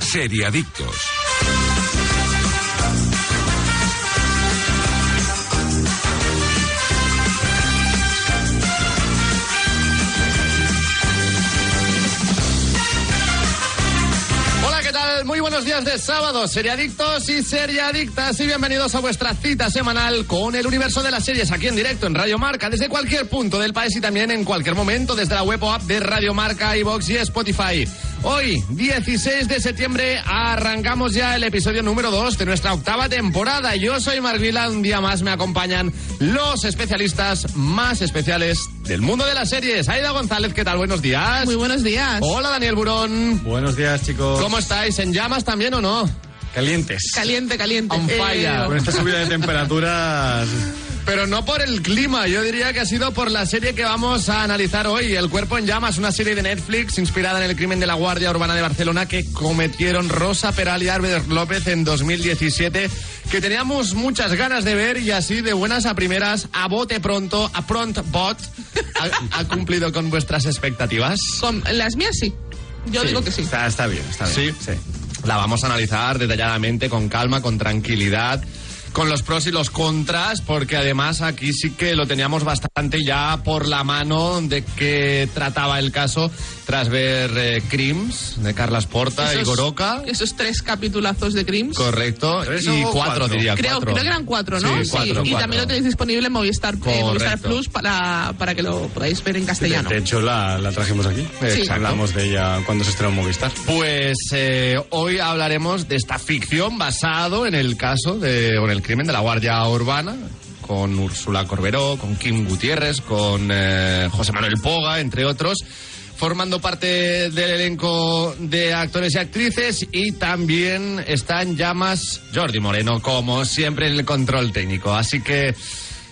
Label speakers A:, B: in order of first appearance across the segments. A: Seriadictos.
B: Hola, ¿qué tal? Muy buenos días de sábado, seriadictos y seriadictas, y bienvenidos a vuestra cita semanal con el universo de las series aquí en directo en Radio Marca, desde cualquier punto del país y también en cualquier momento desde la web o app de Radio Marca, iBox y Spotify. Hoy, 16 de septiembre, arrancamos ya el episodio número 2 de nuestra octava temporada. Yo soy Marc Vila, un día más me acompañan los especialistas más especiales del mundo de las series. Aida González, ¿qué tal? Buenos días.
C: Muy buenos días.
B: Hola, Daniel Burón.
D: Buenos días, chicos.
B: ¿Cómo estáis? ¿En llamas también o no?
D: Calientes.
C: Caliente, caliente. Eh,
B: On fire.
D: Con esta subida de temperaturas.
B: Pero no por el clima, yo diría que ha sido por la serie que vamos a analizar hoy, El cuerpo en llamas, una serie de Netflix inspirada en el crimen de la Guardia Urbana de Barcelona que cometieron Rosa Peral y Álvaro López en 2017, que teníamos muchas ganas de ver y así de buenas a primeras, a bote pronto, a pront bot, ha, ha cumplido con vuestras expectativas.
C: Con las mías sí. Yo digo que sí.
D: Está, está bien, está bien.
B: Sí. La vamos a analizar detalladamente, con calma, con tranquilidad, con los pros y los contras, porque además aquí sí que lo teníamos bastante ya por la mano de que trataba el caso tras ver eh, Crims de Carlas Porta y
C: Esos-
B: Goroka.
C: Esos tres capitulazos de Crims.
B: Correcto.
D: ¿Tres
B: Y
D: o
B: cuatro,
D: cuatro?
B: diría.
C: Creo,
B: cuatro.
C: creo que eran cuatro, ¿no?
B: Sí, cuatro,
C: Y
B: cuatro.
C: también lo tenéis disponible en Movistar, eh,
B: Correcto.
C: Movistar Plus para, para que lo podáis ver en
D: De,
C: castellano.
D: de hecho, la, la trajimos aquí.
B: Exacto.
D: Hablamos de ella cuando se estrenó en Movistar.
B: Pues eh, hoy hablaremos de esta ficción basado en el caso de, o en el crimen de la Guardia Urbana con Úrsula Corberó, con Kim Gutiérrez, con eh, José Manuel Poga, entre otros, formando parte del elenco de actores y actrices y también está en llamas Jordi Moreno, como siempre en el control técnico. Así que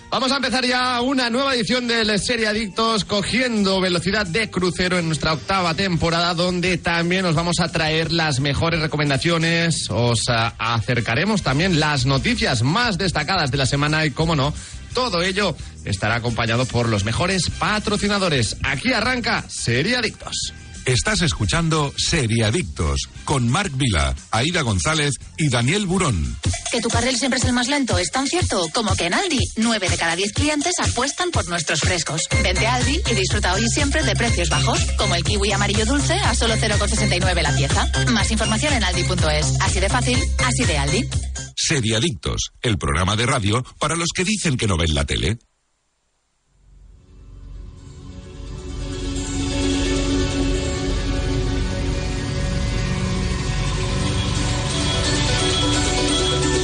B: Vamos a empezar ya una nueva edición de Serie Adictos cogiendo velocidad de crucero en nuestra octava temporada donde también os vamos a traer las mejores recomendaciones, os ah, acercaremos también las noticias más destacadas de la semana y como no, todo ello estará acompañado por los mejores patrocinadores. Aquí arranca Serie Adictos.
A: Estás escuchando Seriadictos con Marc Vila, Aida González y Daniel Burón.
E: Que tu carril siempre es el más lento es tan cierto como que en Aldi 9 de cada 10 clientes apuestan por nuestros frescos. Vente a Aldi y disfruta hoy y siempre de precios bajos, como el kiwi amarillo dulce a solo 0,69 la pieza. Más información en aldi.es. Así de fácil, así de Aldi.
A: Seriadictos, el programa de radio para los que dicen que no ven la tele.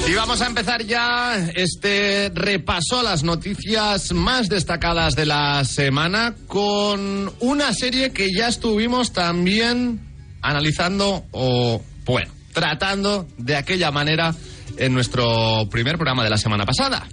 B: Y vamos a empezar ya este repaso a las noticias más destacadas de la semana con una serie que ya estuvimos también analizando o, bueno, tratando de aquella manera en nuestro primer programa de la semana pasada.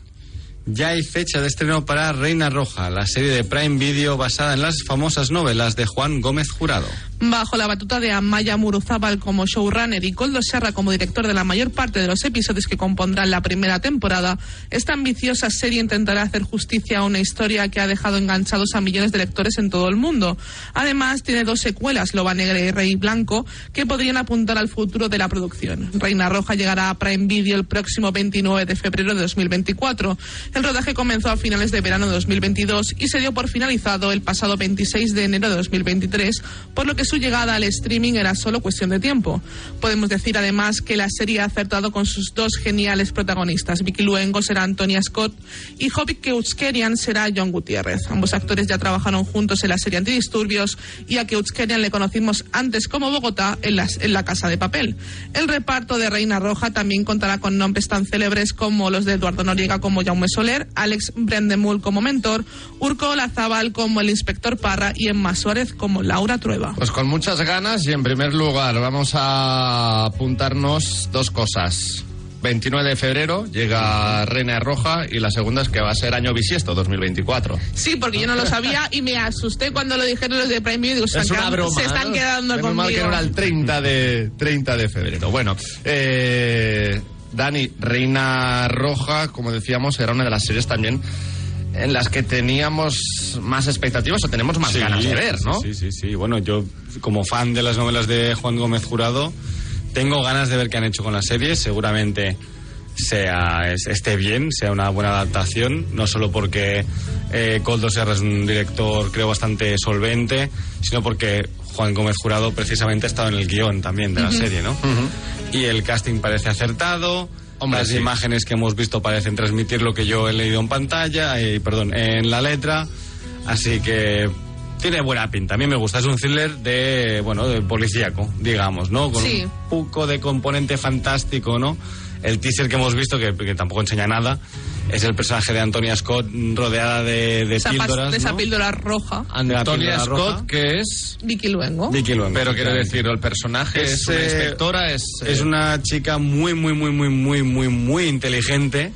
D: Ya hay fecha de estreno para Reina Roja, la serie de Prime Video basada en las famosas novelas de Juan Gómez Jurado.
C: Bajo la batuta de Amaya Muruzábal como showrunner y Coldo Serra como director de la mayor parte de los episodios que compondrán la primera temporada, esta ambiciosa serie intentará hacer justicia a una historia que ha dejado enganchados a millones de lectores en todo el mundo. Además, tiene dos secuelas, Loba Negra y Rey Blanco, que podrían apuntar al futuro de la producción. Reina Roja llegará a Prime Video el próximo 29 de febrero de 2024. El rodaje comenzó a finales de verano de 2022 y se dio por finalizado el pasado 26 de enero de 2023, por lo que su llegada al streaming era solo cuestión de tiempo. Podemos decir además que la serie ha acertado con sus dos geniales protagonistas. Vicky Luengo será Antonia Scott y Hobbit Keuskerian será John Gutiérrez. Ambos actores ya trabajaron juntos en la serie Antidisturbios y a Keuskerian le conocimos antes como Bogotá en, las- en la Casa de Papel. El reparto de Reina Roja también contará con nombres tan célebres como los de Eduardo Noriega como Jaume Soler, Alex Brendemul como mentor, Urco Olazábal como el inspector Parra y Emma Suárez como Laura Trueba.
B: Pues con muchas ganas y en primer lugar vamos a apuntarnos dos cosas. 29 de febrero llega Reina Roja y la segunda es que va a ser año bisiesto 2024.
C: Sí, porque yo no lo sabía y me asusté cuando lo dijeron los de Prime Video. Se,
B: Es una
C: están quedando-
B: broma.
C: se están
B: ¿no?
C: quedando
B: Menos mal que
C: conmigo.
B: no era el 30 de, 30 de febrero. Bueno, eh, Dani, Reina Roja, como decíamos, era una de las series también en las que teníamos más expectativas o tenemos más ganas de ver, ¿no?
D: Sí, sí, sí. Bueno, yo como fan de las novelas de Juan Gómez Jurado, Tengo ganas de ver qué han hecho con la serie. Seguramente sea es- esté bien, sea una buena adaptación, no solo porque eh, Coldo Serra es un director creo bastante solvente, sino porque Juan Gómez Jurado precisamente ha estado en el guión también de la serie, ¿no? Y el casting parece acertado.
B: Hombre,
D: las
B: sí.
D: imágenes que hemos visto parecen transmitir lo que yo he leído en pantalla, eh, perdón, en la letra. Así que tiene buena pinta. A mí me gusta. Es un thriller de, bueno, de policíaco, digamos, ¿no? Con
C: Sí.
D: un poco de componente fantástico, ¿no? El teaser que hemos visto, que, que tampoco enseña nada, es el personaje de Antonia Scott mm, rodeada de, de
C: esa, pas-
D: píldoras.
C: de esa
D: ¿no?
C: píldora roja.
B: Antonia
D: La
B: Scott,
D: píldora roja.
B: que es...
C: Vicky Luengo.
D: Vicky Luengo,
B: Pero quiero
D: efectivamente.
B: decir, el personaje es,
D: Es,
B: una
D: eh,
B: inspectora, es...
D: Es
B: eh,
D: una chica muy, muy, muy, muy, muy, muy, muy inteligente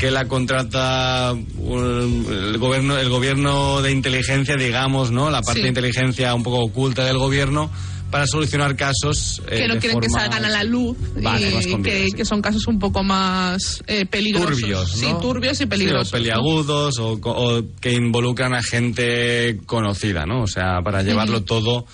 D: que la contrata un- el gobierno, el gobierno de inteligencia, digamos, ¿no? La parte
C: Sí.
D: de inteligencia un poco oculta del gobierno para solucionar casos eh,
C: que no
D: de
C: quieren que
D: forma-
C: salgan a la luz
D: Vale, más
C: y
D: conveniente,
C: que,
D: sí.
C: que son casos un poco más eh, peligrosos.
D: turbios,
C: Sí,
D: ¿no?
C: turbios y peligrosos.
D: Sí, o peliagudos o, co- o que involucran a gente conocida, ¿no? O sea, para llevarlo todo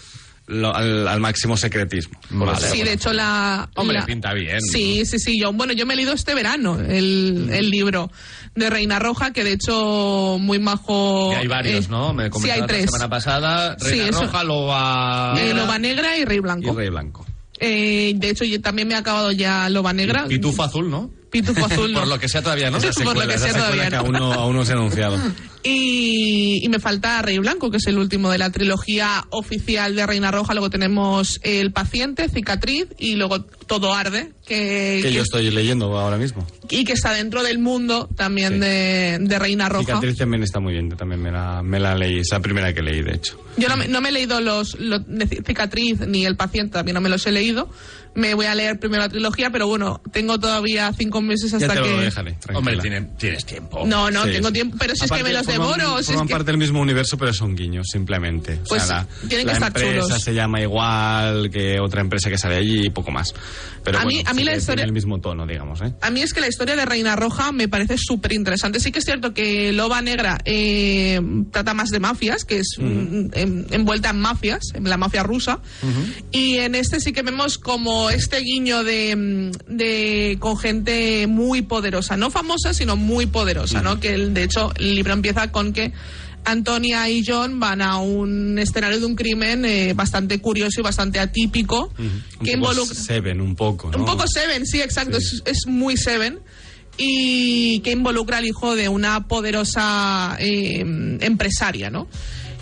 D: lo- al, al máximo secretismo. por
B: Vale,
C: ¿no?
D: decirlo
C: Sí,
D: así.
C: de hecho la...
B: Hombre,
C: la-
B: pinta bien. Mm.
C: Sí, sí, sí. Yo, bueno, yo me he leído este verano el, el libro de Reina Roja, que de hecho muy majo...
B: Que hay varios,
C: eh,
B: ¿no? Me
C: sí,
B: comentaron
C: hay
B: la
C: tres.
B: semana pasada.
C: Sí,
B: Reina
C: eso-
B: Roja, Loba...
C: Eh, Loba Negra y Rey
D: Y
C: Blanco.
D: Rey Blanco.
C: Eh, de hecho, yo también me ha acabado ya Loba Negra.
B: Pitufo Azul, ¿no?
C: Pitufo azul.
B: Por
C: no.
B: lo que sea todavía, ¿no?
C: Por lo que sea
D: Esa secuela
C: todavía.
D: que
C: no.
D: aún no, aún no se ha anunciado.
C: Y, y me falta Rey Blanco, que es el último de la trilogía oficial de Reina Roja. Luego tenemos El Paciente, Cicatriz y luego Todo Arde, que,
D: que
C: que-
D: yo estoy leyendo ahora mismo.
C: y que está dentro del mundo también
D: Sí.
C: de, de Reina Roja.
D: Cicatriz también está muy bien, también me la, me la leí, es la primera que leí, de hecho.
C: Yo no me, no me he leído los, los de Ci- Cicatriz ni El Paciente, también no me los he leído. Me voy a leer primero la trilogía, pero bueno, tengo todavía cinco meses hasta
D: ya te
C: que...
D: lo dejaré, tranquila.
B: Hombre, tiene- tienes tiempo.
C: No, no,
D: Sí,
C: tengo
D: sí.
C: tiempo, pero si es que me
D: Aparte,
C: los
D: forman-
C: devoro. si es
D: forman
C: que-
D: parte del mismo universo, pero son guiños, simplemente. O
C: Pues
D: sea, la,
C: tienen que
D: la
C: estar
D: empresa
C: chulos.
D: se llama igual que otra empresa que sale allí y poco más. Pero
C: A
D: bueno,
C: mí- a mí
D: sí
C: la
D: que
C: historia-
D: Tiene el mismo tono, digamos, ¿eh?
C: A mí es que la historia de Reina Roja me parece súper interesante. Sí que es cierto que Loba Negra eh, trata más de mafias, que es mm, en- envuelta en mafias, en la mafia rusa. Y en este sí que vemos como este guiño de, mm, de- con gente muy poderosa, no famosa, sino muy poderosa, ¿no? Que el- de hecho el libro empieza con que Antonia y John van a un escenario de un crimen eh, bastante curioso y bastante atípico
D: Un
C: que
D: poco
C: involucra
D: Seven, un poco, ¿no?
C: un poco Seven, sí, exacto, Es, es muy Seven. Y que involucra al hijo de una poderosa eh, empresaria, ¿no?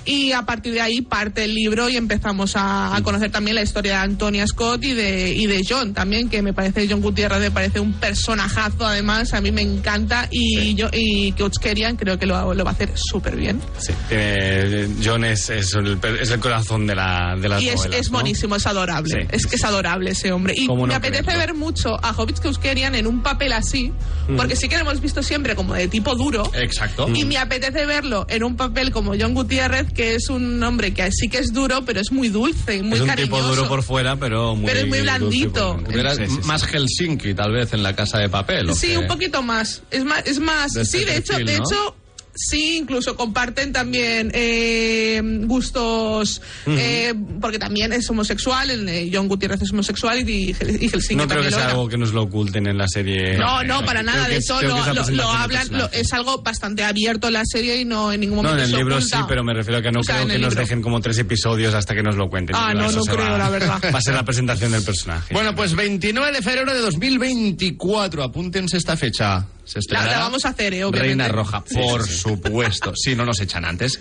C: Y a partir de ahí parte el libro y empezamos a, a conocer también la historia de Antonia Scott y de, y de John también, que me parece, John Gutiérrez me parece un personajazo además, a mí me encanta y, yo, y que Euskerian creo que lo, lo va a hacer súper bien.
D: Sí, tiene- John es, es el, per- es el corazón de la de las
C: Y es,
D: novelas,
C: es
D: ¿no?
C: buenísimo, es adorable.
D: Sí,
C: es que es adorable ese hombre. Y
D: ¿Cómo no
C: me apetece
D: creerlo? Mm.
C: ver mucho a Hobbits que Euskerian en un papel así, porque sí que lo hemos visto siempre como de tipo duro.
D: Eh,
B: Exacto.
C: Y me apetece verlo en un papel como John Gutiérrez, que es un hombre que sí que es duro, pero es muy dulce, muy
D: es un
C: cariñoso.
D: tipo duro por fuera, pero muy
C: Pero es muy
D: dulce por
C: blandito.
D: dentro.
B: Hubiera
D: Sí, sí, sí.
B: más Helsinki, tal vez, en la casa de papel. ¿o
C: Sí,
B: qué?
C: un poquito más. Es más, es más.
B: De
C: sí,
B: este
C: de hecho,
B: perfil,
C: de
B: ¿no?
C: hecho, sí, incluso comparten también eh, gustos, eh, porque también es homosexual. el, eh, John Gutiérrez es homosexual y, y Helsinki
D: no creo
C: también lo
D: que sea
C: era.
D: algo que nos lo oculten en la serie.
C: No, no, para
D: Creo
C: nada.
D: que-
C: De eso
D: creo que
C: lo,
D: esa
C: lo-
D: presentación
C: lo
D: del
C: hablan, lo-
D: personaje.
C: es algo bastante abierto en la serie y no en ningún
D: No,
C: momento.
D: en el
C: se
D: libro
C: oculta.
D: sí, pero me refiero a que no
C: O sea,
D: creo
C: en
D: que
C: el
D: nos
C: libro.
D: dejen como tres episodios hasta que nos lo cuenten.
C: Ah,
D: Yo creo
C: no,
D: que
C: no
D: eso se
C: creo,
D: va-
C: la verdad.
D: Va a ser la presentación del personaje.
B: Bueno, pues 29 de febrero de 2024. Apúntense esta fecha. Se
C: La,
B: estrenará
C: la vamos a hacer, eh, obviamente.
B: Reina Roja, por supuesto. Si no nos echan antes,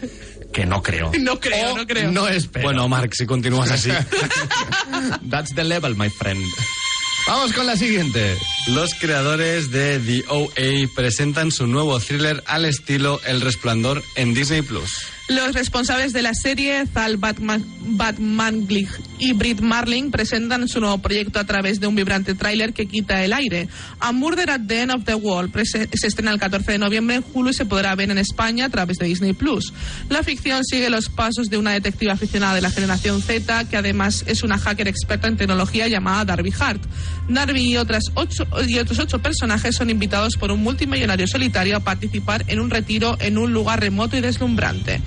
B: que no creo.
C: No creo,
B: O
C: no creo.
B: No espero.
D: bueno, Mark, si continúas así.
B: that's the level, my friend. Vamos con la siguiente.
D: Los creadores de The OA presentan su nuevo thriller al estilo El Resplandor en Disney Plus.
C: Los responsables de la serie, Zal Batman, Batmanglich y Britt Marling, presentan su nuevo proyecto a través de un vibrante tráiler que quita el aire. A Murder at the End of the World prese- se estrena el 14 de noviembre en Hulu y se podrá ver en España a través de Disney Plus. La ficción sigue los pasos de una detective aficionada de la generación Z, que además es una hacker experta en tecnología llamada Darby Hart. Darby y, otras ocho, y otros ocho personajes son invitados por un multimillonario solitario a participar en un retiro en un lugar remoto y deslumbrante.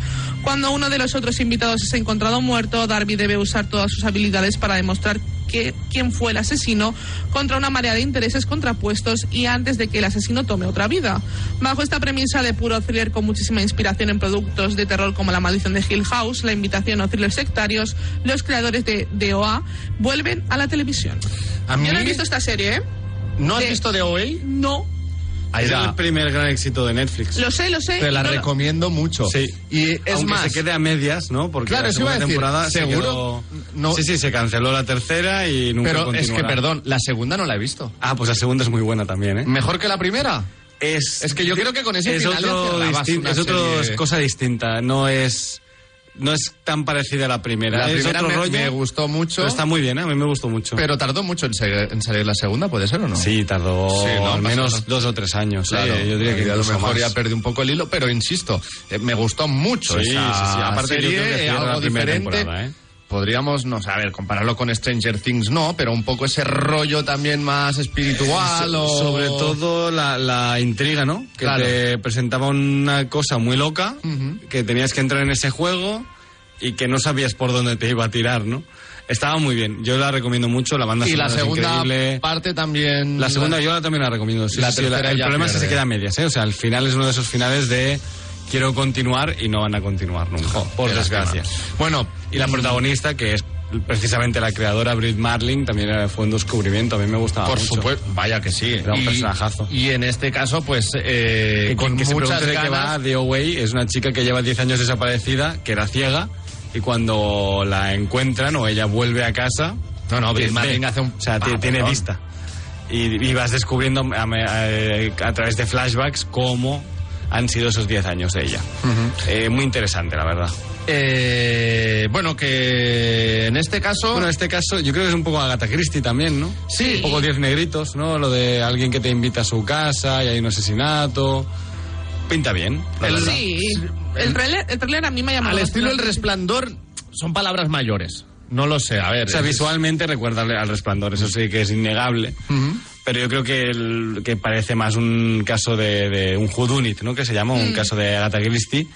C: Cuando uno de los otros invitados es encontrado muerto, Darby debe usar todas sus habilidades para demostrar que, quién fue el asesino contra una marea de intereses contrapuestos y antes de que el asesino tome otra vida. Bajo esta premisa de puro thriller con muchísima inspiración en productos de terror como La maldición de Hill House, La invitación o thrillers sectarios, los creadores de, de OA vuelven a la televisión.
B: A mí-
C: Yo no he visto esta serie, ¿eh?
B: ¿No has
C: de-
B: visto de hoy?
C: No.
D: Es el primer gran éxito de Netflix.
C: Lo sé, lo sé.
B: Te la
C: no lo-
B: recomiendo mucho.
D: Sí.
B: Y es
D: Aunque
B: más,
D: se quede a medias, ¿no? Porque
B: Claro,
D: la
B: eso iba a
D: segunda
B: decir,
D: temporada se
B: ¿seguro?
D: quedó-
B: No.
D: Sí, sí, se canceló la tercera y nunca
B: pero es que,
D: continuará.
B: perdón, la segunda no la he visto.
D: Ah, pues la segunda es muy buena también, ¿eh?
B: ¿Mejor que la primera?
D: Es,
B: Es que yo creo que con ese
D: es
B: final ya
D: otro
B: cerrabas
D: distin-
B: una
D: es otro-
B: serie.
D: cosa distinta. No es no es tan parecida a la primera.
B: La
D: es
B: primera
D: otro
B: me,
D: rollo,
B: me gustó mucho,
D: Pero
B: pero,
D: está muy bien, ¿eh? a mí me gustó mucho.
B: tardó mucho en, salir- en salir la segunda, ¿puede ser o no?
D: Sí, tardó
B: Sí, no,
D: al
B: pasa
D: menos
B: nada.
D: dos o tres años.
B: Claro,
D: eh, yo diría que
B: a lo
D: incluso
B: mejor
D: más.
B: ya perdí un poco el hilo, pero insisto, eh, me gustó mucho
D: Sí,
B: esa
D: sí, sí. Aparte, yo
B: serie,
D: creo que
B: eh,
D: cierra la
B: algo
D: primera
B: diferente.
D: temporada, ¿eh?
B: Podríamos, no sé, a ver, compararlo con Stranger Things, no, pero un poco ese rollo también más espiritual
D: So-
B: o...
D: Sobre todo la, la intriga, ¿no? Que
B: Claro.
D: te presentaba una cosa muy loca,
B: Ujú.
D: que tenías que entrar en ese juego y que no sabías por dónde te iba a tirar, ¿no? Estaba muy bien. Yo la recomiendo mucho, la banda
B: Y
D: sonora
B: la
D: es
B: segunda
D: increíble.
B: parte también...
D: La segunda yo la- también la recomiendo. Sí,
B: La
D: sí, sí, la-
B: tercera
D: el
B: ya
D: problema es que se
B: pierde.
D: queda a medias, ¿eh? O sea, al final es uno de esos finales de quiero continuar y no van a continuar nunca, por
B: Qué lástima.
D: desgracia.
B: Bueno,
D: Y la protagonista, que es precisamente la creadora, Britt Marling, también eh, fue un descubrimiento. A mí me gustaba
B: Por
D: Ah, mucho.
B: supuesto, vaya que sí.
D: Era un personajazo.
B: Y en este caso, pues, eh,
D: Que
B: con
D: quien que se
B: muchas
D: pregunte de qué va
B: ganas...
D: The Away es una chica que lleva 10 años desaparecida, que era ciega, y cuando la encuentran o ella vuelve a casa...
B: No, no, Bill
D: es
B: Martin
D: ve,
B: hace un
D: O sea, ti-
B: papelón.
D: tiene vista. Y, y vas descubriendo a, me- a- a través de flashbacks cómo han sido esos 10 años de ella. Eh, muy interesante, la verdad.
B: Eh, bueno, que en este caso...
D: Bueno, en este caso yo creo que es un poco Agatha Christie también, ¿no?
B: Sí.
D: Un poco Diez Negritos, ¿no? Lo de alguien que te invita a su casa y hay un asesinato. Pinta bien. la verdad.
C: Sí, el trailer, el trailer a mí me ha llamado
B: al
C: la
B: estilo El
C: atención.
B: Resplandor son palabras mayores. No lo sé, a ver.
D: O sea,
B: es-
D: visualmente recuerda al resplandor, eso sí que es innegable. Pero yo creo que, el- que parece más un caso de, de un Houdunit, ¿no? Que se llama,
C: Mm.
D: un caso de Agatha Christie.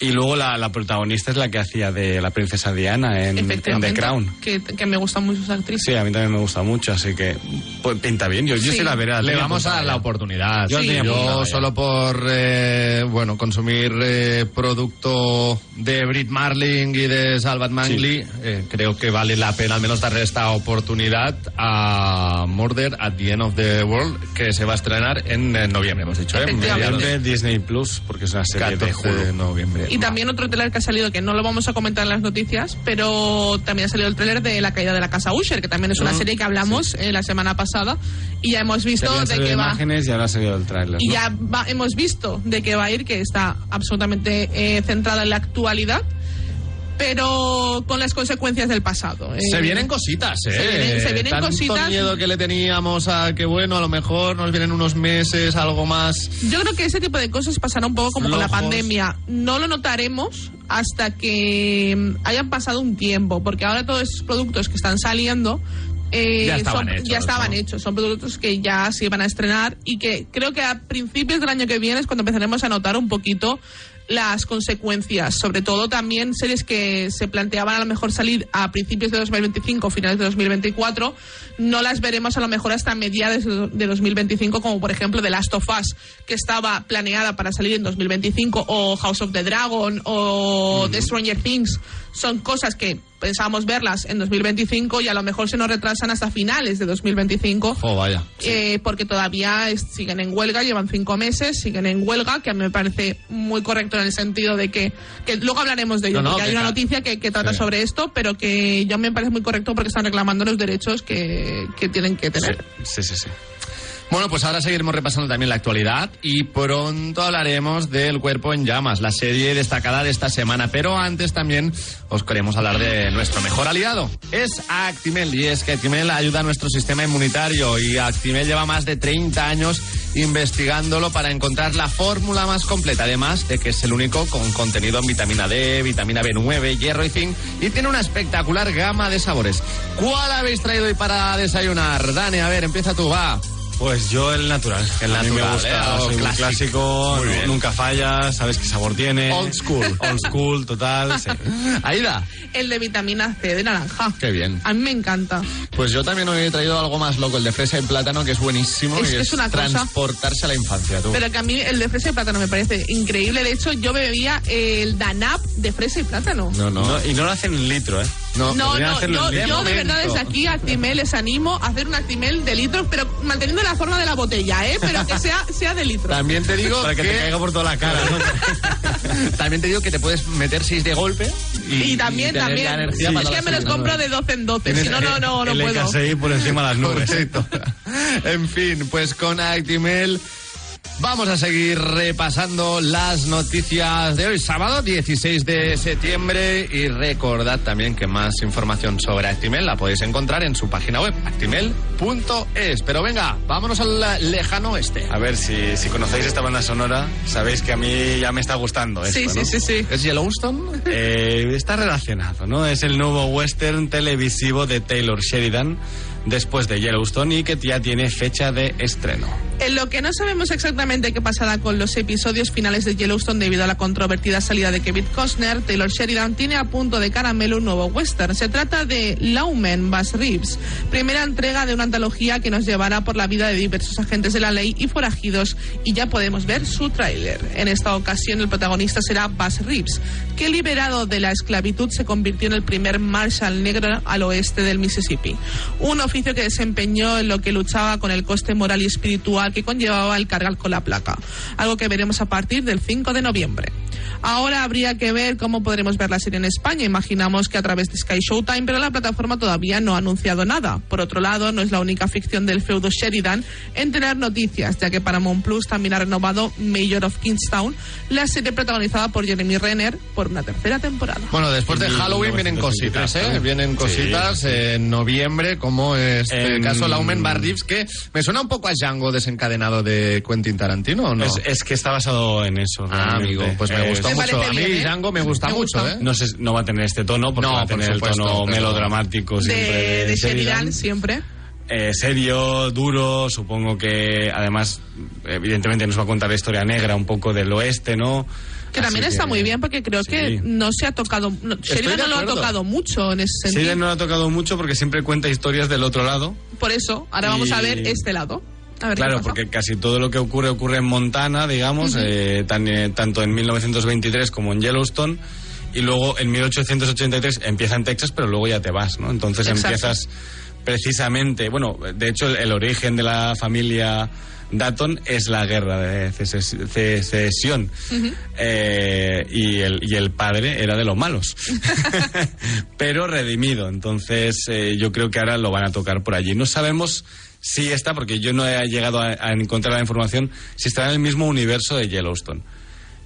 D: Y luego la, la protagonista es la que hacía de la princesa Diana en, en
C: Efectivamente,
D: The Crown.
C: Que, que me gustan mucho sus actrices.
D: Sí, a mí también me gusta mucho, así que pues, pinta bien. Yo, yo
C: Sí.
D: sí la veré. la
B: Le
D: tenía
B: vamos a dar la
D: apuntada
B: oportunidad.
D: Yo
B: Sí,
D: tenía apuntado ya.
B: solo por eh, bueno consumir eh, producto de Brit Marling y de Salvat Mangli, eh, creo que vale la pena al menos dar esta oportunidad a Murder at the End of the World, que se va a estrenar en, eh, noviembre, hemos dicho, ¿eh?
D: ya.
C: Efectivamente.
B: Mediados
D: Mediante Disney Plus, porque es una serie de
B: 14 de
D: Hulu.
B: noviembre.
C: Y también otro trailer que ha salido, que no lo vamos a comentar en las noticias, pero también ha salido el trailer de La caída de la casa Usher, que también es
D: Ah,
C: una serie que hablamos eh, la semana pasada y ya hemos
D: Ya
C: visto
D: habían
C: de
D: salido
C: qué va.
D: imágenes y ahora ha salido el tráiler.
C: Y
D: ¿no?
C: ya va- hemos visto de qué va a ir, que está absolutamente eh, centrada en la actualidad, pero con las consecuencias del pasado. eh.
B: Se vienen cositas, ¿eh?
C: Se vienen- se vienen
B: Tanto
C: cositas.
B: miedo que le teníamos a que, bueno, a lo mejor nos vienen unos meses, algo más.
C: Yo creo que ese tipo de cosas pasará un poco como con la
B: Flojos.
C: pandemia. No lo notaremos hasta que mm, hayan pasado un tiempo, porque ahora todos esos productos que están saliendo eh,
B: Ya estaban
C: son,
B: hechos,
C: ya estaban
B: ¿no?
C: hechos. Son productos que ya se iban a estrenar y que creo que a principios del año que viene es cuando empezaremos a notar un poquito las consecuencias, sobre todo también series que se planteaban a lo mejor salir a principios de 2025, finales de 2024, no las veremos a lo mejor hasta mediados de 2025, como por ejemplo The Last of Us, que estaba planeada para salir en 2025, o House of the Dragon, o The Stranger Things, son cosas que pensábamos verlas en 2025 y a lo mejor se nos retrasan hasta finales de 2025.
B: Oh, vaya.
C: Eh, porque todavía es- siguen en huelga, llevan cinco meses, siguen en huelga, que a mí me parece muy correcto en el sentido de que, que luego hablaremos de ello,
B: No, no,
C: porque hay
B: que
C: una
B: ca-
C: noticia que, que trata
B: Sí.
C: sobre esto, pero que yo me parece muy correcto porque están reclamando los derechos que, que tienen que tener.
D: Sí, sí, sí.
B: Bueno, pues ahora seguiremos repasando también la actualidad y pronto hablaremos del Cuerpo en Llamas, la serie destacada de esta semana. Pero antes también os queremos hablar de nuestro mejor aliado. Es Actimel y es que Actimel ayuda a nuestro sistema inmunitario y Actimel lleva más de 30 años investigándolo para encontrar la fórmula más completa, además de que es el único con contenido en vitamina D, vitamina B9, hierro y zinc y tiene una espectacular gama de sabores. ¿Cuál habéis traído hoy para desayunar? Dani, a ver, empieza tú, va.
D: Pues yo el natural. El
B: A mí me
D: natural,
B: gusta,
D: ¿eh?
B: soy
D: Soy
B: muy
D: muy clásico,
B: Muy
D: no-
B: bien.
D: nunca falla, sabes qué sabor tiene.
B: Old school.
D: Old school, total. sí.
B: Aida.
C: El de vitamina C de naranja.
B: Ah, Qué bien.
C: A mí me encanta.
B: Pues yo también hoy he traído algo más loco, el de fresa y plátano, que es buenísimo
C: Es-
B: y
C: es
B: es,
C: una cosa.
B: transportarse a la infancia. Tú.
C: Pero que a mí el de fresa y plátano me parece increíble. De hecho, yo bebía el Danap de fresa y plátano.
B: no, no,
D: No, y no lo hacen en litro, ¿eh?
B: no.
C: No,
D: podrían
C: no,
D: hacerlo
C: yo, yo
D: en litros.
C: de
B: este
C: verdad desde aquí Actimel les animo a hacer un Actimel de litros, pero manteniendo la forma de la botella, ¿eh? Pero que sea, sea de litros.
B: También te digo
D: Para que te caiga por toda la cara, ¿no?
B: también te digo que te puedes meter seis de golpe y,
C: Y, también,
B: y tener
C: también.
B: ya energía
C: Es
B: para
C: que
B: las
C: me los
B: seis la
C: compro
B: noche.
C: de 12 en 12, si no, no, no, no
D: el
C: puedo.
D: LKSI por encima de las nubes.
B: Correcto. en fin, pues con Actimel vamos a seguir repasando las noticias de hoy, sábado 16 de septiembre. Y recordad también que más información sobre Actimel la podéis encontrar en su página web, actimel.es. Pero venga, vámonos al lejano oeste.
D: A ver, si, si conocéis esta banda sonora, sabéis que a mí ya me está gustando
C: Sí,
D: esto,
C: sí,
D: pues,
C: sí,
D: ¿no?
C: sí.
B: ¿Es Yellowstone?
D: Eh, está relacionado, ¿no? Es el nuevo western televisivo de Taylor Sheridan después de Yellowstone y que ya tiene fecha de estreno.
C: En lo que no sabemos exactamente qué pasará con los episodios finales de Yellowstone debido a la controvertida salida de Kevin Costner, Taylor Sheridan tiene a punto de caramelo un nuevo western. Se trata de Lawman Bass Reeves, primera entrega de una antología que nos llevará por la vida de diversos agentes de la ley y forajidos y ya podemos ver su tráiler. En esta ocasión el protagonista será Bass Reeves, que liberado de la esclavitud se convirtió en el primer Marshal negro al oeste del Mississippi. Un oficio que desempeñó en lo que luchaba con el coste moral y espiritual que conllevaba el cargar con la placa, algo que veremos a partir del 5 de noviembre. Ahora habría que ver cómo podremos ver la serie en España. Imaginamos que a través de Sky Showtime, pero la plataforma todavía no ha anunciado nada. Por otro lado, no es la única ficción del feudo Sheridan en tener noticias, ya que Paramount Plus también ha renovado Mayor of Kingstown, la serie protagonizada por Jeremy Renner, por una tercera temporada.
B: Bueno, después de Halloween vienen cositas, ¿eh? Vienen cositas eh, en noviembre, como este
D: En-
B: caso Laumen Barrips, que me suena un poco a Django desencadenado de Quentin Tarantino, ¿o no?
D: Es, es que está basado en eso.
B: ah,
D: realmente.
B: amigo, pues me
D: Eh,
B: gustó
C: Me
B: mucho.
C: parece
B: A mí
C: bien, ¿eh?
B: Django me gusta
C: Me
B: mucho,
C: gusta.
B: ¿eh?
D: No, sé, no va a tener este tono, porque
B: No,
D: va a
B: por
D: tener
B: supuesto,
D: el tono
B: desde luego.
D: melodramático siempre
C: De,
D: de,
C: de
D: Sheridan.
C: Sheridan siempre.
D: Eh, serio, duro, supongo que además, evidentemente nos va a contar la historia negra un poco del oeste, ¿no?
C: Que
D: Así
C: también está muy bien porque creo
D: sí.
C: que no se ha tocado. no, Sheridan
B: de
C: no lo ha
B: acuerdo.
C: tocado mucho en ese sentido.
D: Sheridan no lo ha tocado mucho porque siempre cuenta historias del otro lado.
C: Por eso, ahora vamos a ver
D: Y-
C: este lado. A ver qué
D: Claro,
C: pasa.
D: porque casi todo lo que ocurre ocurre en Montana, digamos, eh, tan- eh, tanto en 1923 como en Yellowstone. Y luego en 1883 empieza en Texas, pero luego ya te vas, ¿no? Entonces
C: Exacto.
D: empiezas precisamente, bueno, de hecho el, el origen de la familia Datton es la guerra de seces- secesión. Eh, y, el, y el padre era de los malos, pero redimido. Entonces eh, yo creo que ahora lo van a tocar por allí. No sabemos si está, porque yo no he llegado a, a encontrar la información, si está en el mismo universo de Yellowstone.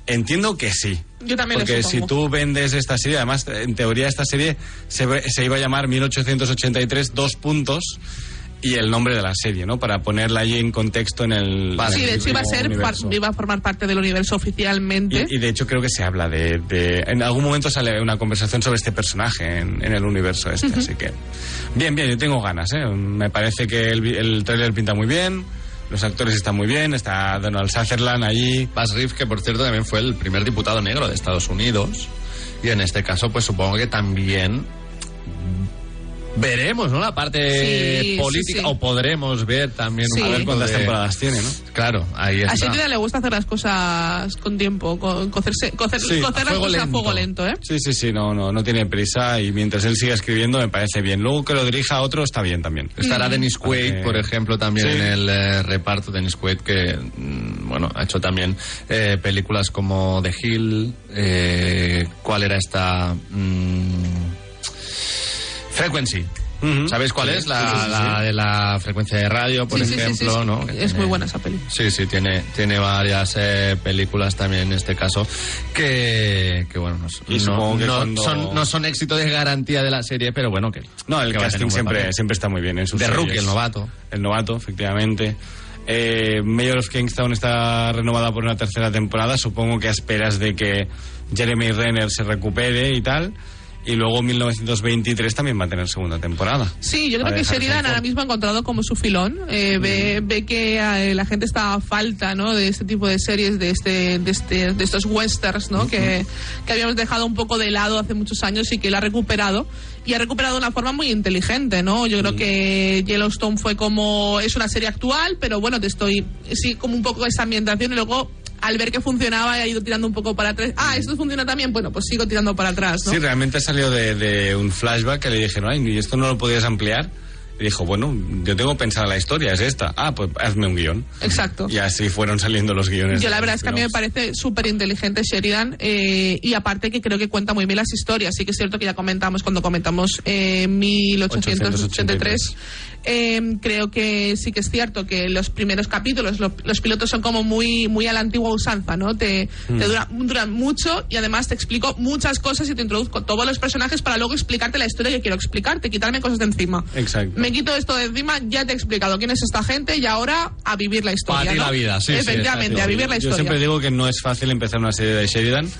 D: Entiendo que sí.
C: Yo también lo
D: Porque si
C: supongo.
D: tú vendes esta serie, además, en teoría esta serie se, ve- se iba a llamar 1883 dos puntos y el nombre de la serie, ¿no? Para ponerla allí en contexto en el.
B: Vale.
D: en
C: Sí,
D: el
C: de hecho iba a
D: mismo
C: ser par-
D: universo.
C: iba a formar parte del universo oficialmente.
D: Y, y de hecho creo que se habla de, de- En algún momento sale una conversación sobre este personaje en, en el universo este, así que... Bien, bien, yo tengo ganas, ¿eh? Me parece que el, vi- el tráiler pinta muy bien, los actores están muy bien, está Donald Sutherland allí...
B: Bass Reeves, que por cierto también fue el primer diputado negro de Estados Unidos. Y en este caso, pues supongo que también veremos, ¿no? La parte
C: Sí, sí,
B: política,
C: sí.
B: o podremos ver también
C: Sí.
B: un
D: A ver
B: poco
D: cuántas
B: de-
D: temporadas tiene, ¿no?
B: Claro, ahí está.
C: A Sheridan le gusta hacer las cosas con tiempo, con, cocerse, cocer,
D: Sí,
C: cocer
B: a
C: las
B: fuego
C: cosas a
B: lento.
C: fuego lento, ¿eh?
D: Sí, sí, sí, no, no, no tiene prisa y mientras él siga escribiendo me parece bien. Luego que lo dirija a otro está bien también.
C: Mm.
B: Estará Dennis Quaid,
D: Eh,
B: por ejemplo, también
D: sí.
B: en el eh, reparto. Dennis Quaid, que mm, bueno, ha hecho también eh, películas como The Hill. eh, ¿Cuál era esta? Mm, Frequency.
D: Ujú.
B: ¿Sabéis cuál es? La, la de la frecuencia de radio, por
C: Sí, sí, sí,
B: ejemplo,
C: sí, sí.
B: ¿no?
C: Es
B: Que
C: muy
B: tiene-
C: buena esa peli.
B: Sí, sí, tiene, tiene varias eh, películas también en este caso que, que bueno, no,
D: Y
B: no-
D: supongo que
B: no
D: cuando-
B: son, no son éxito de garantía de la serie, pero bueno, que.
D: No, el
B: que va a tener
D: casting
B: un buen
D: siempre,
B: papel.
D: siempre está muy bien en sus
B: De
D: series.
B: rookie, el novato.
D: El novato, efectivamente. Eh, Mayor of Kingstown está renovada por una tercera temporada. Supongo que a esperas de que Jeremy Renner se recupere y tal. Y luego 1923 también va a tener segunda temporada.
C: Sí, yo
D: Va a
C: creo que
D: dejar
C: Sheridan
D: Seinfeld.
C: ahora mismo ha encontrado como su filón. Eh, ve, ve que eh, la gente está a falta ¿no? de este tipo de series, de, este, de, este, de estos westerns ¿no? que, que habíamos dejado un poco de lado hace muchos años y que la ha recuperado. Y ha recuperado de una forma muy inteligente. ¿no? Yo creo que Yellowstone fue como. Es una serie actual, pero bueno, te estoy. Sí, como un poco esa ambientación y luego. Al ver que funcionaba, ha ido tirando un poco para atrás. Ah, esto funciona también. Bueno, pues sigo tirando para atrás, ¿no?
D: Sí, realmente salió de, de un flashback que le dijeron, ay, ¿y esto no lo podías ampliar? Y dijo, bueno, yo tengo pensada la historia, es esta. Ah, pues hazme un guión.
C: Exacto.
D: Y así fueron saliendo los guiones.
C: Yo la
D: de
C: verdad
D: los
C: es que a mí me
D: spin-offs.
C: parece súper inteligente Sheridan eh, y aparte que creo que cuenta muy bien las historias. Sí que es cierto que ya comentamos cuando comentamos eh, 1883. eh, creo que sí que es cierto que los primeros capítulos, lo- los pilotos son como muy, muy a la antigua usanza, ¿no? Te,
D: Hmm.
C: te dura- duran mucho y además te explico muchas cosas y te introduzco todos los personajes para luego explicarte la historia que quiero explicarte, quitarme cosas de encima.
D: Exacto.
C: Me quito esto de encima, ya te he explicado quién es esta gente y ahora a vivir la historia.
B: ti
C: ¿no?
B: la vida, sí, sí,
C: Efectivamente,
B: exacto.
C: a vivir la
D: Yo
C: historia.
D: siempre digo que no es fácil empezar una serie de Sheridan,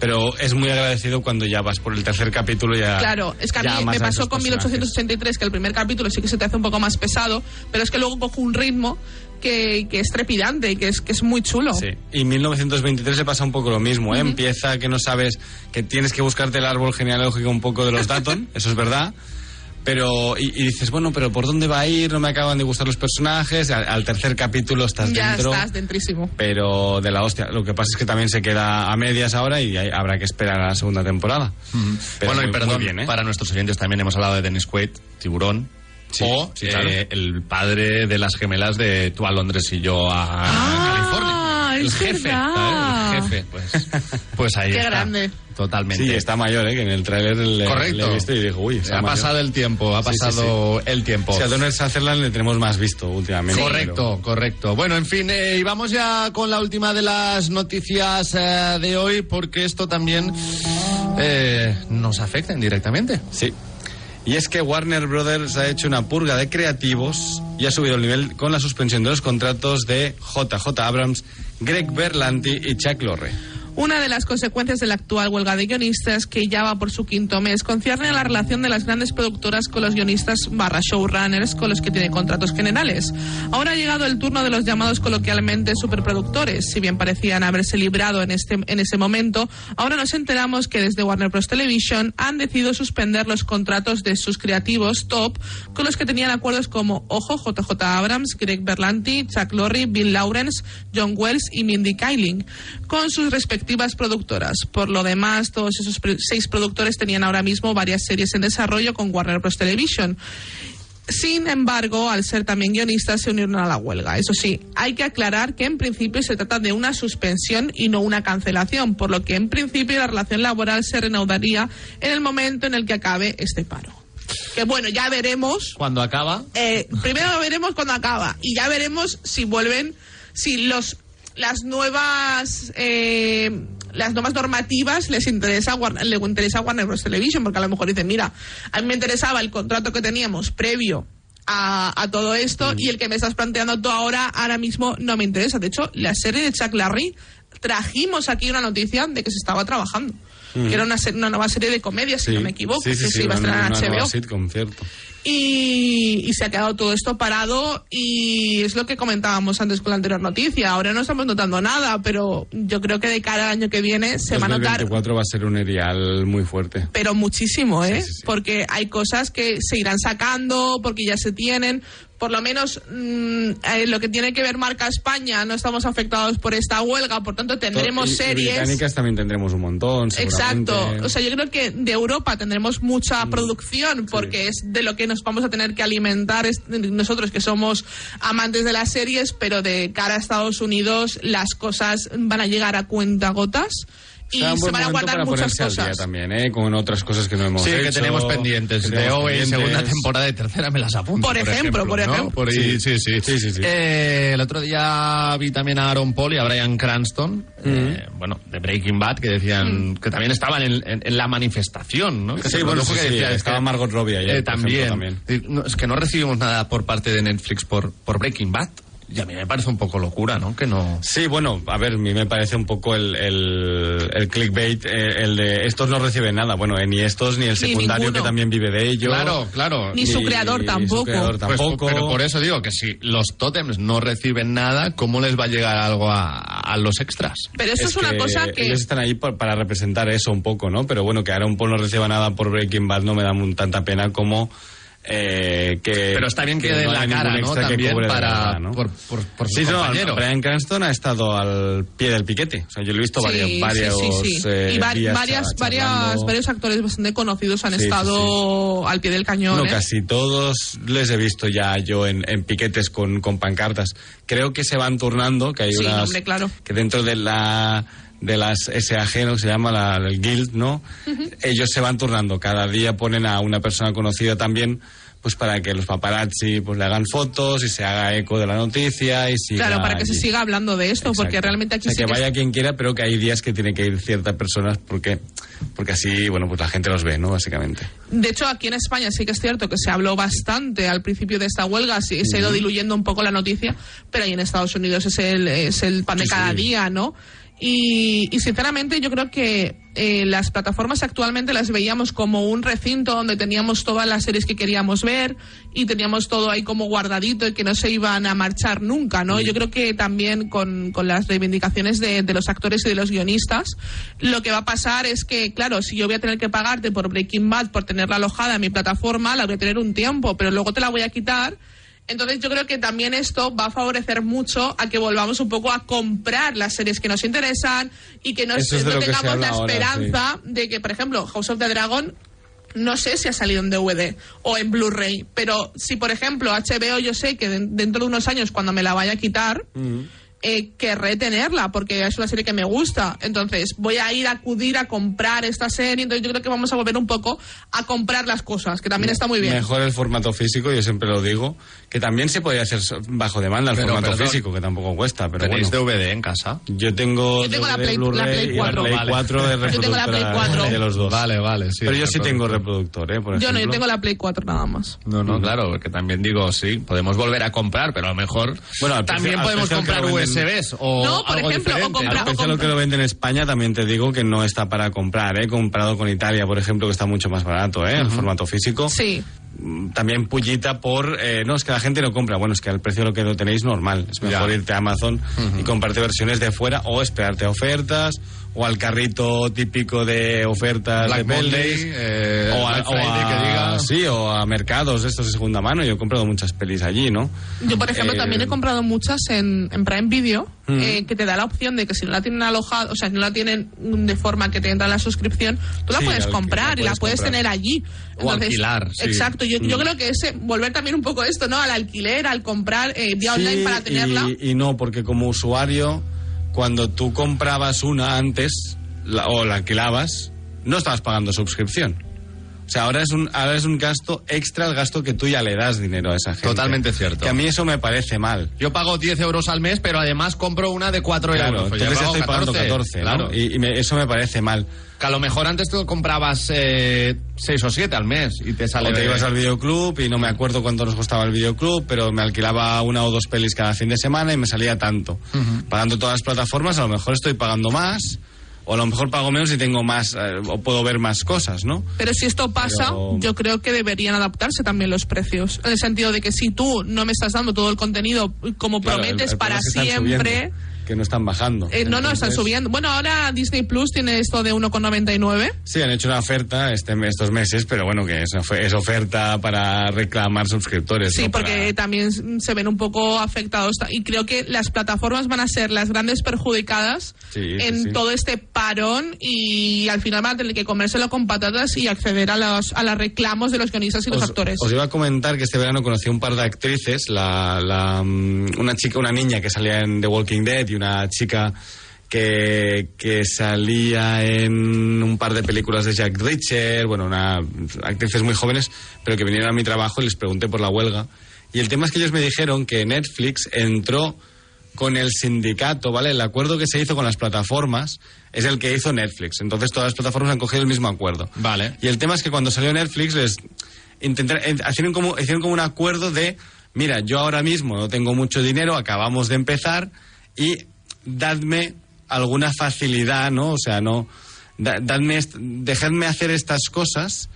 D: pero es muy agradecido cuando ya vas por el tercer capítulo ya.
C: Claro, es que a
D: ya pues,
C: mí
D: amas
C: me
D: a
C: pasó
D: esos
C: con
D: personajes.
C: 1883, que el primer capítulo sí que se te hace un poco más pesado, pero es que luego coge un ritmo que, que es trepidante y que es, que es muy chulo.
D: Sí. Y 1923 le pasa un poco lo mismo, ¿eh? Empieza que no sabes, que tienes que buscarte el árbol genealógico un poco de los Dalton, eso es verdad. Pero, y, y dices, bueno, pero ¿por dónde va a ir? No me acaban de gustar los personajes. Al, al tercer capítulo estás
C: ya
D: dentro.
C: estás dentrísimo.
D: Pero de la hostia. Lo que pasa es que también se queda a medias ahora y hay- habrá que esperar a la segunda temporada. Pero
B: bueno,
D: muy-
B: y perdón,
D: muy bien, ¿eh?
B: para nuestros oyentes también hemos hablado de Dennis Quaid, Tiburón.
D: Sí,
B: o
D: sí, claro.
B: eh, el padre de las gemelas de tú a Londres y yo a California. El
C: Ah, es
B: jefe,
C: verdad.
B: ¿sabes? el jefe. Pues, pues ahí
C: Qué
B: está.
C: grande.
B: Totalmente.
D: Sí, está mayor, ¿eh? Que en el tráiler le,
B: Correcto.
D: le he visto y dijo, uy, está
B: ha
D: mayor.
B: pasado el tiempo, ha
D: Sí, sí,
B: pasado el tiempo.
D: Sí, a Donald Sutherland le tenemos más visto últimamente.
B: Correcto, correcto. Bueno, en fin, eh, y vamos ya con la última de las noticias eh, de hoy, porque esto también eh, nos afecta indirectamente.
D: Sí. Y es que Warner Brothers ha hecho una purga de creativos y ha subido el nivel con la suspensión de los contratos de JJ Abrams, Greg Berlanti y Chuck Lorre.
C: Una de las consecuencias de la actual huelga de guionistas, que ya va por su quinto mes, concierne a la relación de las grandes productoras con los guionistas barra showrunners con los que tiene contratos generales. Ahora ha llegado el turno de los llamados coloquialmente superproductores. Si bien parecían haberse librado en, este, en ese momento, ahora nos enteramos que desde Warner Bros. Television han decidido suspender los contratos de sus creativos top con los que tenían acuerdos como Ojo, JJ Abrams, Greg Berlanti, Chuck Lorre, Bill Lawrence, John Wells y Mindy Kaling, con sus respectivas productoras. Por lo demás, todos esos pre- seis productores tenían ahora mismo varias series en desarrollo con Warner Bros. Television. Sin embargo, al ser también guionistas, se unieron a la huelga. Eso sí, hay que aclarar que en principio se trata de una suspensión y no una cancelación, por lo que en principio la relación laboral se reanudaría en el momento en el que acabe este paro. Que bueno, ya veremos.
B: Cuando acaba,
C: eh, primero veremos cuando acaba y ya veremos si vuelven, si los las nuevas eh, las nuevas normativas les interesa Warn- le interesa a Warner Bros Television porque a lo mejor dicen mira a mí me interesaba el contrato que teníamos previo a, a todo esto
D: Mm.
C: y el que me estás planteando tú ahora ahora mismo no me interesa de hecho la serie de Chuck Larry trajimos aquí una noticia de que se estaba trabajando que era una, se- una nueva serie de comedia si no me equivoco
D: Mm. Sí, sí,
C: que
D: sí,
C: se iba a
D: una-
C: estrenar en
D: una nueva
C: HBO
D: sitcom, cierto.
C: y, y se ha quedado todo esto parado y es lo que comentábamos antes con la anterior noticia. Ahora no estamos notando nada, pero yo creo que de cara al año que viene se va a notar
D: 2024 va a ser un erial muy fuerte.
C: pero muchísimo, ¿eh?
D: sí, sí.
C: Porque hay cosas que se irán sacando, porque ya se tienen. Por lo menos mm, eh, lo que tiene que ver marca España, no estamos afectados por esta huelga, por tanto tendremos
D: Y- y
C: series.
D: británicas también tendremos un montón, seguramente. Mm,
C: Exacto. O sea, yo creo que de Europa tendremos mucha producción porque es de lo que nos vamos a tener que alimentar es- nosotros que somos amantes de las series, pero de cara a Estados Unidos las cosas van a llegar a cuentagotas y
D: Será un
C: se
D: buen
C: van a
D: momento
C: guardar
D: para
C: muchas
D: ponerse al día
C: cosas.
D: también, ¿eh? Con otras cosas que no hemos
B: sí,
D: hecho.
B: que tenemos pendientes.
D: que
B: De
D: tenemos
B: hoy,
D: pendientes.
B: segunda temporada y tercera me las apunto.
C: Por ejemplo, por
B: ¿no?
C: ejemplo.
B: Por ahí, sí, sí.
D: Sí, sí, sí.
B: Eh, el otro día vi también a Aaron Paul y a Brian Cranston, eh,
D: Mm.
B: bueno, de Breaking Bad, que decían que también estaban en, en- en la manifestación, ¿no? Que
D: Sí,
B: se
D: bueno,
B: produjo
D: sí,
B: que
D: sí,
B: decían, es
D: estaba
B: que-
D: Margot Robbie ayer,
B: Eh,
D: por
B: también.
D: ejemplo, también.
B: Eh, no, es que no recibimos nada por parte de Netflix por, por Breaking Bad. Y a mí me parece un poco locura, ¿no? Que no.
D: Sí, bueno, a ver, a mí me parece un poco el, el, el clickbait, eh, el de estos no reciben nada. Bueno, eh, ni estos, ni el
C: Ni
D: secundario
C: ninguno.
D: que también vive de ello.
B: Claro, claro.
C: Ni su creador tampoco.
B: Pues,
D: creador tampoco.
B: pero por eso digo que si los tótems no reciben nada, ¿cómo les va a llegar algo a, a los extras?
C: Pero eso es, una cosa que.
D: Ellos están ahí por- para representar eso un poco, ¿no? Pero bueno, que Aaron Paul no reciba nada por Breaking Bad no me da mu- tanta pena como. eh, que,
B: Pero está bien que, den
D: no
B: la
D: haya
B: cara,
D: ningún
B: ¿no?
D: extra que
B: También
D: cobre de
B: para,
D: nada, ¿no?
B: por, por, por
D: Sí,
B: sus
D: no,
B: compañeros.
D: Brian Cranston ha estado al pie del piquete. O sea, yo lo he visto varios,
C: Sí,
D: varios
C: sí, sí, sí.
D: eh,
C: y va-
D: días
C: varias,
D: cha-
C: varias,
D: charlando.
C: varios actores bastante conocidos han
D: Sí, sí,
C: estado al pie del cañón.
D: No,
C: ¿eh?
D: casi todos les he visto ya yo en, en piquetes con, con pancartas. Creo que se van turnando, que hay
C: Sí,
D: unas
C: hombre, claro.
D: que dentro de la de las SAG, ¿no? que se llama la, el guild, ¿no? Ellos se van turnando, cada día ponen a una persona conocida también pues para que los paparazzi pues le hagan fotos y se haga eco de la noticia y siga
C: Claro, para que se
D: allí.
C: siga hablando de esto, porque
D: Exacto.
C: realmente aquí
D: O sea,
C: sí
D: que
C: que
D: vaya quien quiera, pero que hay días que tiene que ir ciertas personas porque porque así, bueno, pues la gente los ve, ¿no? Básicamente.
C: De hecho, aquí en España sí que es cierto que se habló bastante al principio de esta huelga, sí, se ha ido diluyendo un poco la noticia, pero ahí en Estados Unidos es el, es el pan de cada día, ¿no? Y, y sinceramente yo creo que eh, las plataformas actualmente las veíamos como un recinto donde teníamos todas las series que queríamos ver y teníamos todo ahí como guardadito y que no se iban a marchar nunca, ¿no? Yo creo que también con, con las reivindicaciones de, de los actores y de los guionistas, lo que va a pasar es que, claro, si yo voy a tener que pagarte por Breaking Bad, por tenerla alojada en mi plataforma, la voy a tener un tiempo, pero luego te la voy a quitar. Entonces yo creo que también esto va a favorecer mucho a que volvamos un poco a comprar las series que nos interesan y que no,
D: Eso es de
C: no
D: lo que se
C: tengamos la
D: habla ahora,
C: esperanza de que, por ejemplo, House of the Dragon no sé si ha salido en DVD o en Blu-ray, pero si, por ejemplo, HBO yo sé que den- dentro de unos años, cuando me la vaya a quitar, eh, querré tenerla porque es una serie que me gusta. Entonces voy a ir a acudir a comprar esta serie. Entonces yo creo que vamos a volver un poco a comprar las cosas, que también está muy bien.
D: Mejor el formato físico, yo siempre lo digo, que también se podría hacer so- bajo demanda el
B: Pero,
D: formato
B: perdón.
D: físico, que tampoco cuesta, pero bueno.
B: ¿Tenéis DVD en casa?
D: Yo tengo,
C: Yo tengo la
D: DVD,
C: Play- la
D: Blu-ray
C: Play
D: y
C: cuatro.
D: Play
B: Vale.
D: 4 de
C: Yo tengo la Play
D: reproductora
C: cuatro.
D: de los dos.
B: Vale, vale, sí.
D: pero yo sí
B: reproductor.
D: tengo Mm. reproductor, ¿eh? Por
C: Yo no, yo
D: ejemplo.
C: tengo la Play 4 nada más.
B: No, no, claro, porque también digo, sí, podemos volver a comprar, pero a lo mejor
D: Bueno, al
B: también
D: precio- al
B: podemos
D: precio al que
B: comprar
D: lo venden.
B: USBs o
C: No, por
B: algo
C: ejemplo, o
B: diferente.
C: comprar-
D: Al precio
C: o
D: de lo que lo vende en España, también te digo que no está para comprar, ¿eh? Comparado con Italia, por ejemplo, que está mucho más barato, ¿eh? El formato físico.
C: Sí.
D: Mm, También pullita por... eh, no, es que la gente no compra. Bueno, es que al precio de lo que lo tenéis, normal. Es mejor
B: Ya.
D: irte a Amazon y comprarte versiones de fuera o esperarte a ofertas o al carrito típico de ofertas
B: Black
D: de
B: Monday,
D: pelis,
B: eh,
D: o, a,
B: Black
D: o
B: Friday,
D: a-
B: que diga.
D: sí, o a mercados estos de segunda mano. Yo he comprado muchas pelis allí, ¿no?
C: Yo, por ejemplo,
D: Eh, Mm.
C: también he comprado muchas en, en Prime Video, eh, que te da la opción de que si no la tienen alojada, o sea, si no la tienen mm, de forma que te entra en la suscripción, tú la
D: Sí,
C: puedes
D: la alqui-
C: comprar
D: la
C: y la
D: puedes
C: puedes
D: comprar.
C: tener allí.
B: O alquilar, sí.
C: Exacto, yo,
D: Mm.
C: yo creo que ese, volver también un poco a esto, ¿no? Al alquiler, al comprar eh, vía
D: Sí,
C: online para
D: y-
C: tenerla.
D: Y, no, porque como usuario, cuando tú comprabas una antes la- o la alquilabas, no estabas pagando suscripción. O sea, ahora es un ahora es un gasto extra el gasto que tú ya le das dinero a esa gente.
B: Totalmente cierto.
D: Que a mí eso me parece mal.
B: Yo pago 10 euros al mes, pero además compro una de 4
D: Claro,
B: euros. Pues ya
D: entonces
B: pago
D: estoy pagando 14, ¿no?
B: claro.
D: Y, y me- eso me parece mal.
B: Que a lo mejor antes tú comprabas 6 o 7 al mes y te sale...
D: O te
B: de-
D: ibas al videoclub y no me acuerdo cuánto nos costaba el videoclub, pero me alquilaba una o dos pelis cada fin de semana y me salía tanto. Pagando todas las plataformas, a lo mejor estoy pagando más, o a lo mejor pago menos y tengo más, eh, o puedo ver más cosas, ¿no?
C: Pero si esto pasa,
D: Pero-
C: yo creo que deberían adaptarse también los precios. En el sentido de que si tú no me estás dando todo el contenido como
D: Claro, el-
C: prometes
D: el
C: para
D: problema es que están
C: siempre.
D: subiendo, que no están bajando.
C: Eh, no, no, están
D: Entonces,
C: subiendo. Bueno, ahora Disney Plus tiene esto de 1,99.
D: Sí, han hecho una oferta este, mes- estos meses, pero bueno, que es, ofe- es oferta para reclamar suscriptores.
C: Sí,
D: no
C: porque
D: para-
C: también mm, se ven un poco afectados. ta- Y creo que las plataformas van a ser las grandes perjudicadas
D: Sí, sí,
C: en
D: sí.
C: todo este parón y al final van a tener que comérselo con patatas y acceder a los, a los reclamos de los guionistas y los
D: os,
C: actores.
D: os iba a comentar que este verano conocí un par de actrices, la, la, mm, una chica, una niña que salía en The Walking Dead y una chica que, que salía en un par de películas de Jack Reacher, bueno, una, actrices muy jóvenes, pero que vinieron a mi trabajo y les pregunté por la huelga. Y el tema es que ellos me dijeron que Netflix entró con el sindicato, ¿vale? El acuerdo que se hizo con las plataformas es el que hizo Netflix. Entonces todas las plataformas han cogido el mismo acuerdo.
B: Vale.
D: Y el tema es que cuando salió Netflix les intentaron, eh, hicieron como hicieron como un acuerdo de mira, yo ahora mismo no tengo mucho dinero, acabamos de empezar y dadme alguna facilidad, ¿no? O sea, no, da- dadme, est- dejadme hacer estas cosas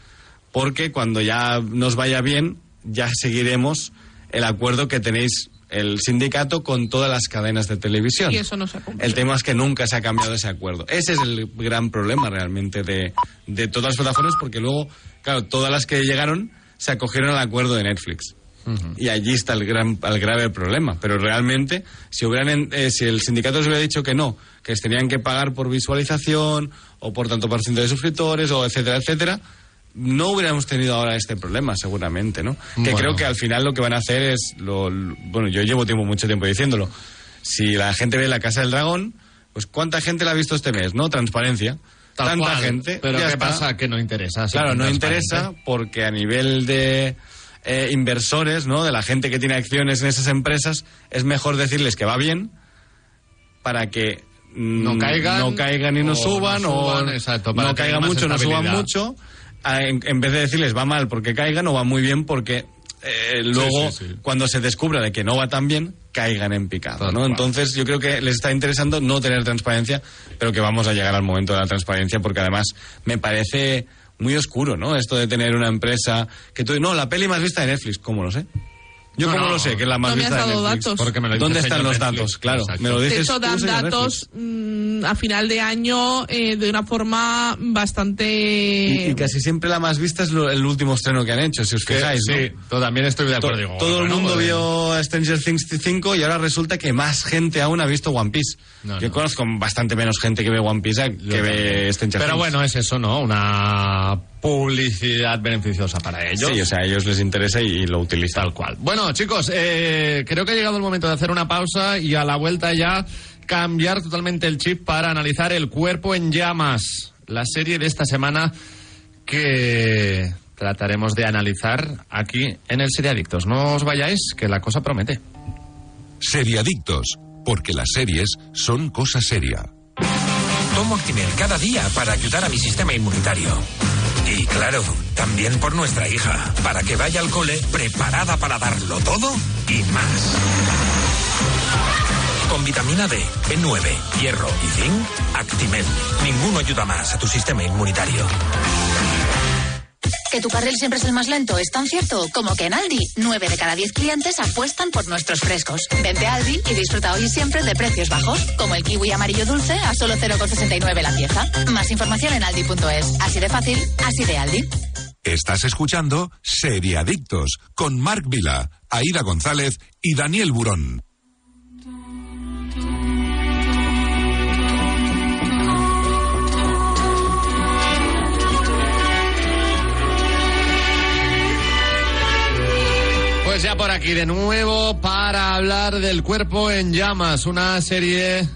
D: porque cuando ya nos vaya bien, ya seguiremos el acuerdo que tenéis el sindicato con todas las cadenas de televisión.
C: Y eso no se ha cumplido.
D: El tema es que nunca se ha cambiado ese acuerdo. Ese es el gran problema realmente de, de todas las plataformas, porque luego, claro, todas las que llegaron se acogieron al acuerdo de Netflix. Y allí está el, gran, el grave problema. Pero realmente, si, hubieran, en- eh, si el sindicato les hubiera dicho que no, que les tenían que pagar por visualización o por tanto por ciento de suscriptores o etcétera, etcétera, no hubiéramos tenido ahora este problema, seguramente, ¿no? Que
B: Bueno.
D: creo que al final lo que van a hacer es, lo, lo- bueno, yo llevo tiempo, mucho tiempo diciéndolo, si la gente ve La Casa del Dragón, pues ¿cuánta gente la ha visto este mes? ¿No? Transparencia.
B: Tal
D: Tanta
B: cual.
D: gente.
B: Pero
D: ya
B: ¿qué
D: está.
B: pasa? Que no interesa. ser
D: Claro,
B: tan
D: no
B: transparente.
D: interesa porque a nivel de eh, inversores, ¿no? De la gente que tiene acciones en esas empresas, es mejor decirles que va bien para que mm,
B: No caigan
D: no caigan y no
B: o
D: suban,
B: no suban,
D: o
B: exacto, para
D: no
B: tener
D: caigan
B: más
D: mucho, no suban
B: estabilidad.
D: mucho, a- en, en vez de decirles va mal porque caigan o va muy bien porque eh, luego
B: sí, sí.
D: cuando se descubra de que no va tan bien caigan en picado,
B: Tal
D: ¿no?
B: cual.
D: Entonces yo creo que les está interesando no tener transparencia, pero que vamos a llegar al momento de la transparencia porque además me parece muy oscuro, ¿no? Esto de tener una empresa que tú no, la peli más vista de Netflix, ¿cómo lo sé? Yo
B: No,
D: cómo
B: no.
D: lo sé que es la más
C: No me has
D: vista de
C: dado
D: Netflix.
C: datos.
B: Porque me lo dice
D: ¿Dónde
B: el
D: están
B: señor
D: los
B: Netflix,
D: datos? Claro,
B: exacto.
D: me lo
C: De
D: dices
C: hecho,
D: tú,
C: dan
D: señor Netflix.
C: datos mm, a final de año eh, de una forma
D: Y,
C: bastante...
D: y casi siempre la más vista es lo- el último estreno que han hecho, si os
B: Que-
D: fijáis, ¿no?
B: sí, yo también estoy de
D: To-
B: acuerdo. digo,
D: todo el
B: bueno,
D: mundo
B: pues,
D: vio Stranger Things 5 y ahora resulta que más gente aún ha visto One Piece.
B: No,
D: Yo
B: no.
D: conozco bastante menos gente que ve One Piece a que
B: yo
D: ve este
B: también.
D: Stranger
B: Pero
D: Things.
B: bueno, es eso, ¿no? Una publicidad beneficiosa para ellos.
D: Sí, o sea, a ellos les interesa y, y lo utilizan.
B: Tal cual. Bueno, chicos, eh, creo que ha llegado el momento de hacer una pausa y a la vuelta ya cambiar totalmente el chip para analizar El cuerpo en llamas, la serie de esta semana que trataremos de analizar aquí en el Seriadictos. No os vayáis, que la cosa promete.
A: Seriadictos, porque las series son cosa seria.
F: Tomo Actimel cada día para ayudar a mi sistema inmunitario. Y claro, también por nuestra hija, para que vaya al cole preparada para darlo todo y más. Con vitamina D, B9, hierro y zinc, Actimel. Ninguno ayuda más a tu sistema inmunitario.
E: Que tu carril siempre es el más lento es tan cierto como que en Aldi 9 de cada 10 clientes apuestan por nuestros frescos. Vente a Aldi y disfruta hoy y siempre de precios bajos, como el kiwi amarillo dulce a solo 0,69 la pieza. Más información en aldi.es. Así de fácil, así de Aldi.
A: Estás escuchando Seriadictos con Marc Vila, Aida González y Daniel Burón.
B: Pues ya por aquí de nuevo para hablar del Cuerpo en Llamas, una serie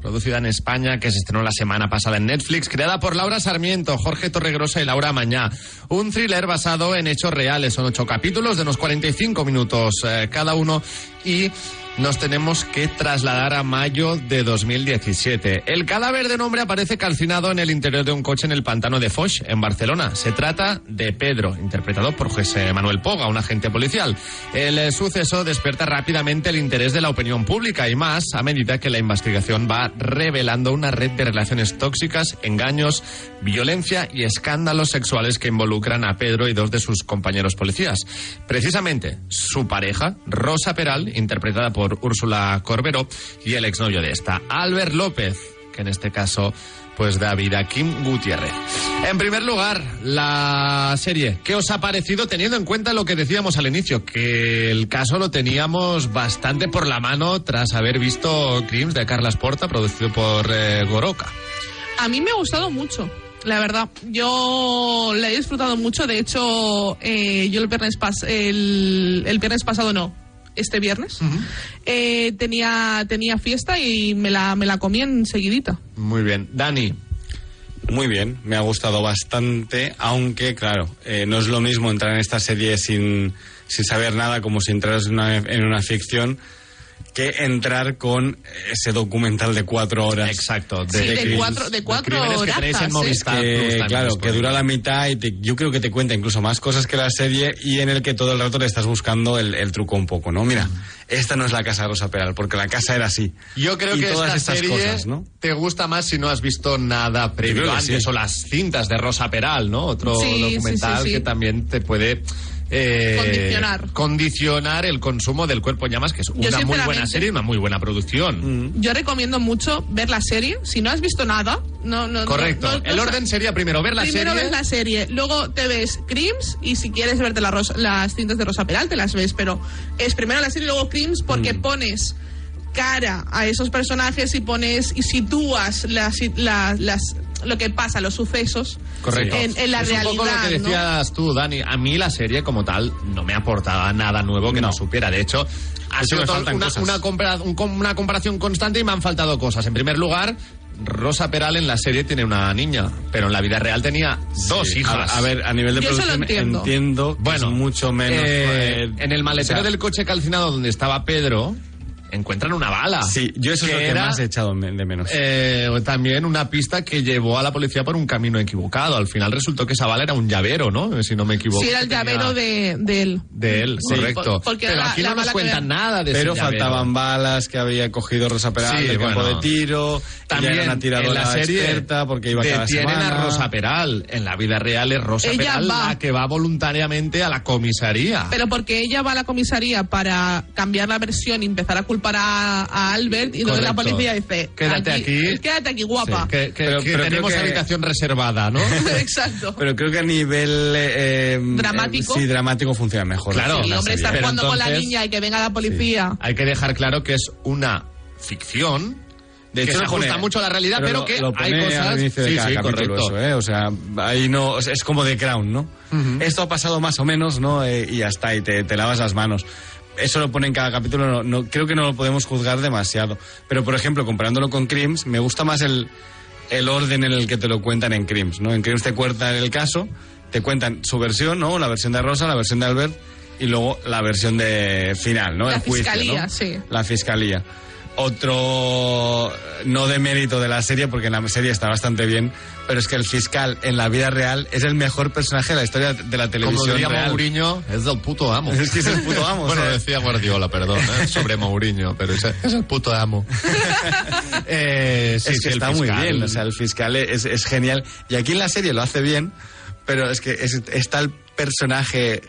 B: producida en España que se estrenó la semana pasada en Netflix, creada por Laura Sarmiento, Jorge Torregrosa y Laura Mañá. Un thriller basado en hechos reales. Son ocho capítulos de unos 45 minutos eh, cada uno y nos tenemos que trasladar a mayo de 2017. El cadáver de un hombre aparece calcinado en el interior de un coche en el pantano de Foch, en Barcelona. Se trata de Pedro, interpretado por José Manuel Poga, un agente policial. El eh, suceso despierta rápidamente el interés de la opinión pública y más a medida que la investigación va revelando una red de relaciones tóxicas, engaños, violencia y escándalos sexuales que involucran a Pedro y dos de sus compañeros policías. Precisamente, su pareja, Rosa Peral, interpretada por Úrsula Corberó, y el exnovio de esta, Albert López, que en este caso pues da vida a Kim Gutiérrez. En primer lugar, la serie. ¿Qué os ha parecido teniendo en cuenta lo que decíamos al inicio? Que el caso lo teníamos bastante por la mano tras haber visto Crims de Carlas Porta, producido por eh, Goroka.
C: A mí me ha gustado mucho, la verdad. Yo la he disfrutado mucho. De hecho, eh, yo el viernes, pas- el, el viernes pasado no, este viernes, eh, tenía, tenía fiesta y me la, me la comí enseguidita.
B: Muy bien. Dani,
D: Muy bien, me ha gustado bastante, aunque claro, eh, no es lo mismo entrar en esta serie sin, sin saber nada como si entras en una, en una ficción que entrar con ese documental de cuatro horas.
B: Exacto.
C: Sí, de
D: crímenes-
C: cuatro- de cuatro
B: crímenes que tenéis en
C: horazas, ¿eh?
B: Movistar
D: que,
B: Plus también
D: claro,
B: os
D: que
B: podéis.
D: dura la mitad y te- yo creo que te cuenta incluso más cosas que la serie y en el que todo el rato le estás buscando el, el truco un poco, ¿no? Mira, esta no es la casa de Rosa Peral, porque la casa era así.
B: Mm. Yo creo
D: Y
B: que
D: todas
B: esta
D: estas
B: serie
D: cosas, ¿no?
B: te gusta más si no has visto nada previo
D: creo que
B: antes
D: sí.
B: o las cintas de Rosa Peral, ¿no? Otro
C: Sí, sí,
B: documental
C: sí, sí.
B: que también te puede eh,
C: Condicionar.
B: condicionar el consumo del cuerpo en llamas, que es una muy buena
C: sinceramente-
B: serie y una muy buena producción.
D: Mm.
C: Yo recomiendo mucho ver la serie. Si no has visto nada, no, no. no-
B: Correcto.
C: no- no
B: el
C: sa-
B: orden sería primero ver la
C: Primero
B: serie.
C: ves la serie, luego te ves Crims y si quieres verte la Rosa- las cintas de Rosa Peral te las ves, pero es primero la serie y luego Crims porque
B: Mm.
C: pones cara a esos personajes y pones y sitúas las, la- las- lo que pasa, los sucesos
B: Correcto.
C: En, en la
B: es
C: realidad.
B: Un poco lo que
C: ¿no?
B: decías tú, Dani. A mí la serie como tal no me aportaba nada nuevo que no, supiera. De hecho, ha
D: Eso
B: sido
D: me
B: todo
D: faltan
B: una,
D: cosas.
B: una compara- un com- una comparación constante y me han faltado cosas. En primer lugar, Rosa Peral en la serie tiene una niña, pero en la vida real tenía dos
D: Sí,
B: hijas.
D: A, a ver, a nivel de
C: Yo eso lo
D: producción
C: entiendo.
D: entiendo que
B: Bueno,
D: es mucho menos.
B: eh,
D: eh,
B: en el maletero
D: o sea,
B: del coche calcinado donde estaba Pedro, encuentran una bala.
D: Sí, yo eso es lo que
B: era,
D: más he echado me- de menos.
B: eh, también una pista que llevó a la policía por un camino equivocado. Al final resultó que esa bala era un llavero, ¿no? Si no me equivoco.
C: Si era el
B: que tenía
C: llavero de, de él.
B: de él,
C: Sí.
B: correcto.
C: Por- porque
B: pero
C: la-
B: aquí
C: la
B: no nos
C: bala que
B: cuentan
C: había-
B: nada de ese
D: pero
B: llavero.
D: faltaban balas que había cogido Rosa Peral
B: Sí,
D: del campo
B: bueno.
D: de tiro.
B: También
D: ella era una tiradora
B: en la serie
D: experta porque iba cada
B: detienen
D: semana.
B: a Rosa Peral. En la vida real es Rosa
C: Ella
B: Peral
C: va.
B: la que va voluntariamente a la comisaría.
C: Pero porque ella va a la comisaría para cambiar la versión y empezar a culpar a, a Albert y donde la
B: Correcto.
C: policía dice...
B: Quédate aquí.
C: Quédate aquí,
B: Sí,
C: guapa.
B: que, que-
D: Pero-
B: que
D: pero
B: tenemos
D: creo que-
B: habitación reservada, ¿no?
C: Exacto.
D: Pero creo que a nivel. eh, eh,
C: Dramático.
D: sí, dramático funciona mejor.
B: Claro.
C: Sí,
D: la
C: hombre,
D: serie.
C: está
B: Pero
C: jugando con la
B: entonces-
C: niña y que venga la policía.
B: Hay que dejar claro que es una ficción.
D: De
B: que
D: hecho,
B: se
D: lo pone-
B: ajusta mucho a la realidad, pero,
D: lo-
B: que
D: lo
B: hay
D: pone
B: cosas.
D: Al inicio de
B: sí,
D: cada
B: sí,
D: capítulo
B: correcto.
D: eso, ¿eh? O sea, ahí no. o sea, es como de Crown, ¿no? Esto ha pasado más o menos, ¿no? Eh, y ya está, y te, te lavas las manos. Eso lo pone en cada capítulo, no, no- creo que no lo podemos juzgar demasiado. Pero, por ejemplo, comparándolo con Crims, me gusta más el, el orden en el que te lo cuentan en Crims, ¿no? En Crims te cuentan el caso, te cuentan su versión, ¿no? La versión de Rosa, la versión de Albert y luego la versión de final, ¿no?
C: La
D: El juicio, ¿no?
C: fiscalía, sí.
D: la fiscalía. Otro eh, no de mérito de la serie, porque en la serie está bastante bien, pero es que el fiscal en la vida real es el mejor personaje de la historia de la
B: Como
D: televisión
B: diría
D: real.
B: Mourinho, es del puto amo.
D: Es que es el puto amo. o
B: Bueno,
D: sea,
B: decía Guardiola, perdón, ¿eh? sobre Mourinho, pero es, es el puto amo. Eh, sí,
D: es
B: sí,
D: que
B: el
D: está muy
B: fiscal.
D: bien, o sea, el fiscal es, es genial. Y aquí en la serie lo hace bien, pero es que es- está el personaje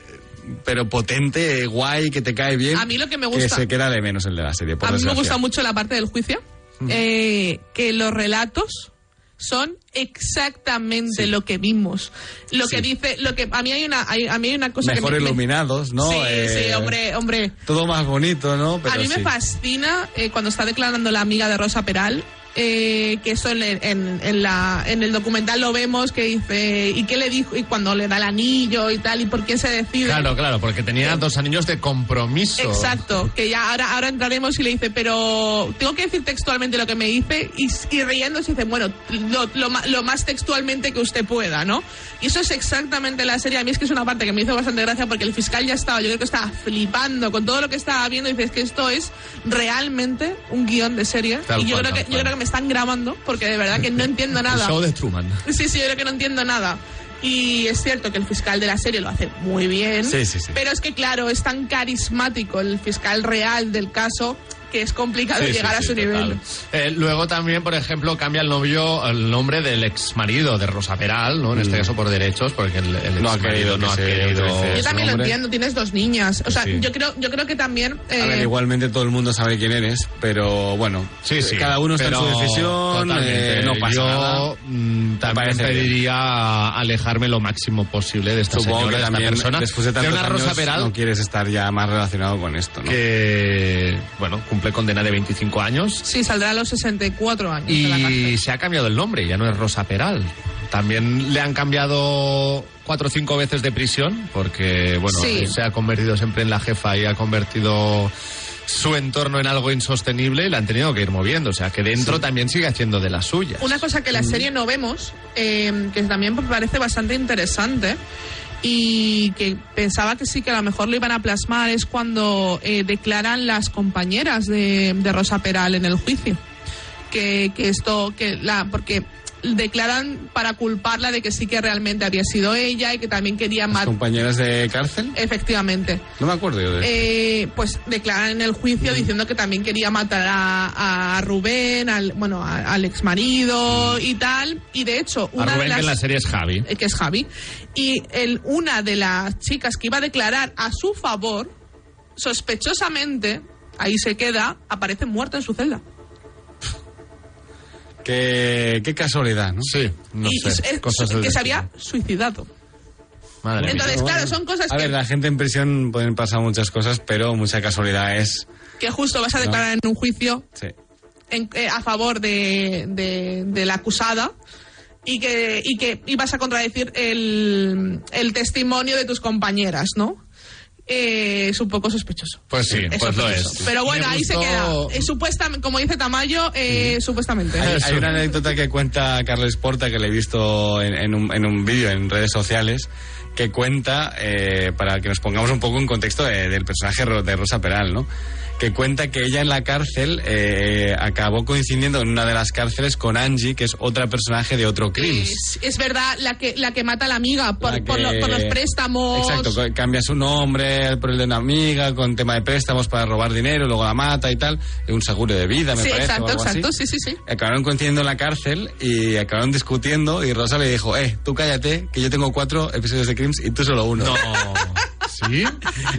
D: pero potente, eh, guay, que te cae bien.
C: A mí lo que me gusta-
D: se queda de menos el de la serie, por
C: A mí me
D: desgracia.
C: gusta mucho la parte del juicio, eh, que los relatos son exactamente lo que vimos. Lo que dice, lo que a mí hay una, hay- a mí hay una cosa
D: Mejor
C: que me- me-
D: iluminados, ¿no?
C: Sí, sí,
D: Eh,
C: hombre, hombre.
D: Todo más bonito, ¿no? Pero
C: a mí me
D: sí.
C: fascina eh, cuando está declarando la amiga de Rosa Peral. eh, que eso en, el- en- en la, en el documental lo vemos que dice y qué le dijo y cuando le da el anillo y tal y por qué se decide
B: Claro, claro, porque tenía dos anillos de compromiso.
C: Exacto, que ya ahora, ahora entraremos y le dice, pero tengo que decir textualmente lo que me dice y, y riéndose dice, bueno, lo, lo ma- lo más textualmente que usted pueda, ¿no? Y eso es exactamente la serie. A mí es que es una parte que me hizo bastante gracia porque el fiscal ya estaba, yo creo que estaba flipando con todo lo que estaba viendo y dice, es que esto es realmente un guión de serie.
B: Tal
C: y yo,
B: cual, tal
C: creo que, yo
B: cual.
C: creo que me están grabando porque de verdad que no entiendo
B: El
C: nada.
B: show de Truman.
C: Sí, sí, yo creo que no entiendo nada. Y es cierto que el fiscal de la serie lo hace muy bien.
D: Sí, sí, sí.
C: Pero es que, claro, es tan carismático el fiscal real del caso que es complicado
B: Sí, sí,
C: llegar a
B: sí,
C: su
B: total.
C: nivel.
B: Eh, luego también, por ejemplo, cambia el novio el nombre del ex marido de Rosa Peral, ¿no? En este caso por derechos, porque el, el
D: Mm. No ha
B: exmarido
D: querido
B: no
D: que
B: ha
D: se
B: querido.
D: utilice
C: Yo
D: Es
B: su
C: también lo
B: nombre.
C: entiendo, tienes dos niñas. O sea,
B: Sí.
C: yo creo yo creo que también...
D: A ver,
C: eh,
D: igualmente todo el mundo sabe quién eres, pero bueno,
B: Sí, sí.
D: cada uno está en
B: pero
D: su decisión,
B: totalmente.
D: eh, no pasa
B: Yo
D: nada.
B: mm, también
D: parece
B: pediría alejarme lo máximo posible de esta señora,
D: Supongo que
B: de esta
D: también
B: persona.
D: después de
B: de
D: tantos
B: una Rosa
D: años,
B: Peral
D: no quieres estar ya más relacionado con esto, ¿no?
B: que, bueno, cumple condena de 25 años
C: Sí, saldrá a los 64 años de la cárcel.
B: Y se ha cambiado el nombre, ya no es Rosa Peral. También le han cambiado cuatro o cinco veces de prisión, porque bueno,
C: Sí.
B: se ha convertido siempre en la jefa y ha convertido su entorno en algo insostenible y la han tenido que ir moviendo. O sea que dentro también sigue haciendo de las suyas.
C: Una cosa que en la serie no vemos, eh, que también me parece bastante interesante, y que pensaba que sí que a lo mejor lo iban a plasmar es cuando eh, declaran las compañeras de, de Rosa Peral en el juicio que, que esto que la porque declaran para culparla de que sí que realmente había sido ella y que también quería
D: Las
C: matar
D: compañeras de cárcel.
C: efectivamente
D: No me acuerdo yo de eso.
C: eh, pues declaran en el juicio diciendo que también quería matar a, a Rubén, al, bueno, a- al ex marido y tal. Y de hecho,
B: A
C: una de
B: Rubén,
C: las,
B: que en la serie es Javi.
C: eh, que es Javi, y el, una de las chicas que iba a declarar a su favor, sospechosamente, ahí se queda, aparece muerta en su celda.
D: Qué, qué casualidad, ¿no?
B: Sí, no
C: y
B: sé.
C: es- es-
B: cosas del
C: que se
B: destino.
C: había suicidado.
B: Madre mía.
C: Entonces, claro, son cosas
D: A ver,
C: que,
D: la gente en prisión pueden pasar muchas cosas, pero mucha casualidad es.
C: que justo vas a declarar en un juicio
D: Sí.
C: en- eh, a favor de, de- de la acusada y que, y que ibas a contradecir el, el testimonio de tus compañeras, ¿no? Eh, es un poco sospechoso.
B: Pues sí,
C: Es
B: pues lo
C: sospechoso.
B: es.
C: Pero bueno,
B: Me
C: ahí se
B: gustó-
C: queda. Eh, supuestam- como dice Tamayo, eh, supuestamente.
D: Hay, hay
B: Eso.
D: una anécdota que cuenta Carles Porta, que le he visto en, en un, en un vídeo en redes sociales, que cuenta, eh, para que nos pongamos un poco en contexto de- del personaje ro- de Rosa Peral, ¿no? Que cuenta que ella en la cárcel eh, acabó coincidiendo en una de las cárceles con Angie, que es otra personaje de otro crimen.
C: Es, es verdad, la que, la que mata a la amiga por,
D: La
C: por
D: que-
C: lo- por los préstamos.
D: Exacto, co- cambia su nombre por el de una amiga, con tema de préstamos para robar dinero, luego la mata y tal, y un seguro de vida, me
C: sí,
D: parece. o
C: exacto,
D: algo así.
C: exacto. Sí, sí, sí.
D: Acabaron coincidiendo en la cárcel y acabaron discutiendo y Rosa le dijo, eh, tú cállate, que yo tengo cuatro episodios de Crims y tú solo uno.
B: No. ¿Sí?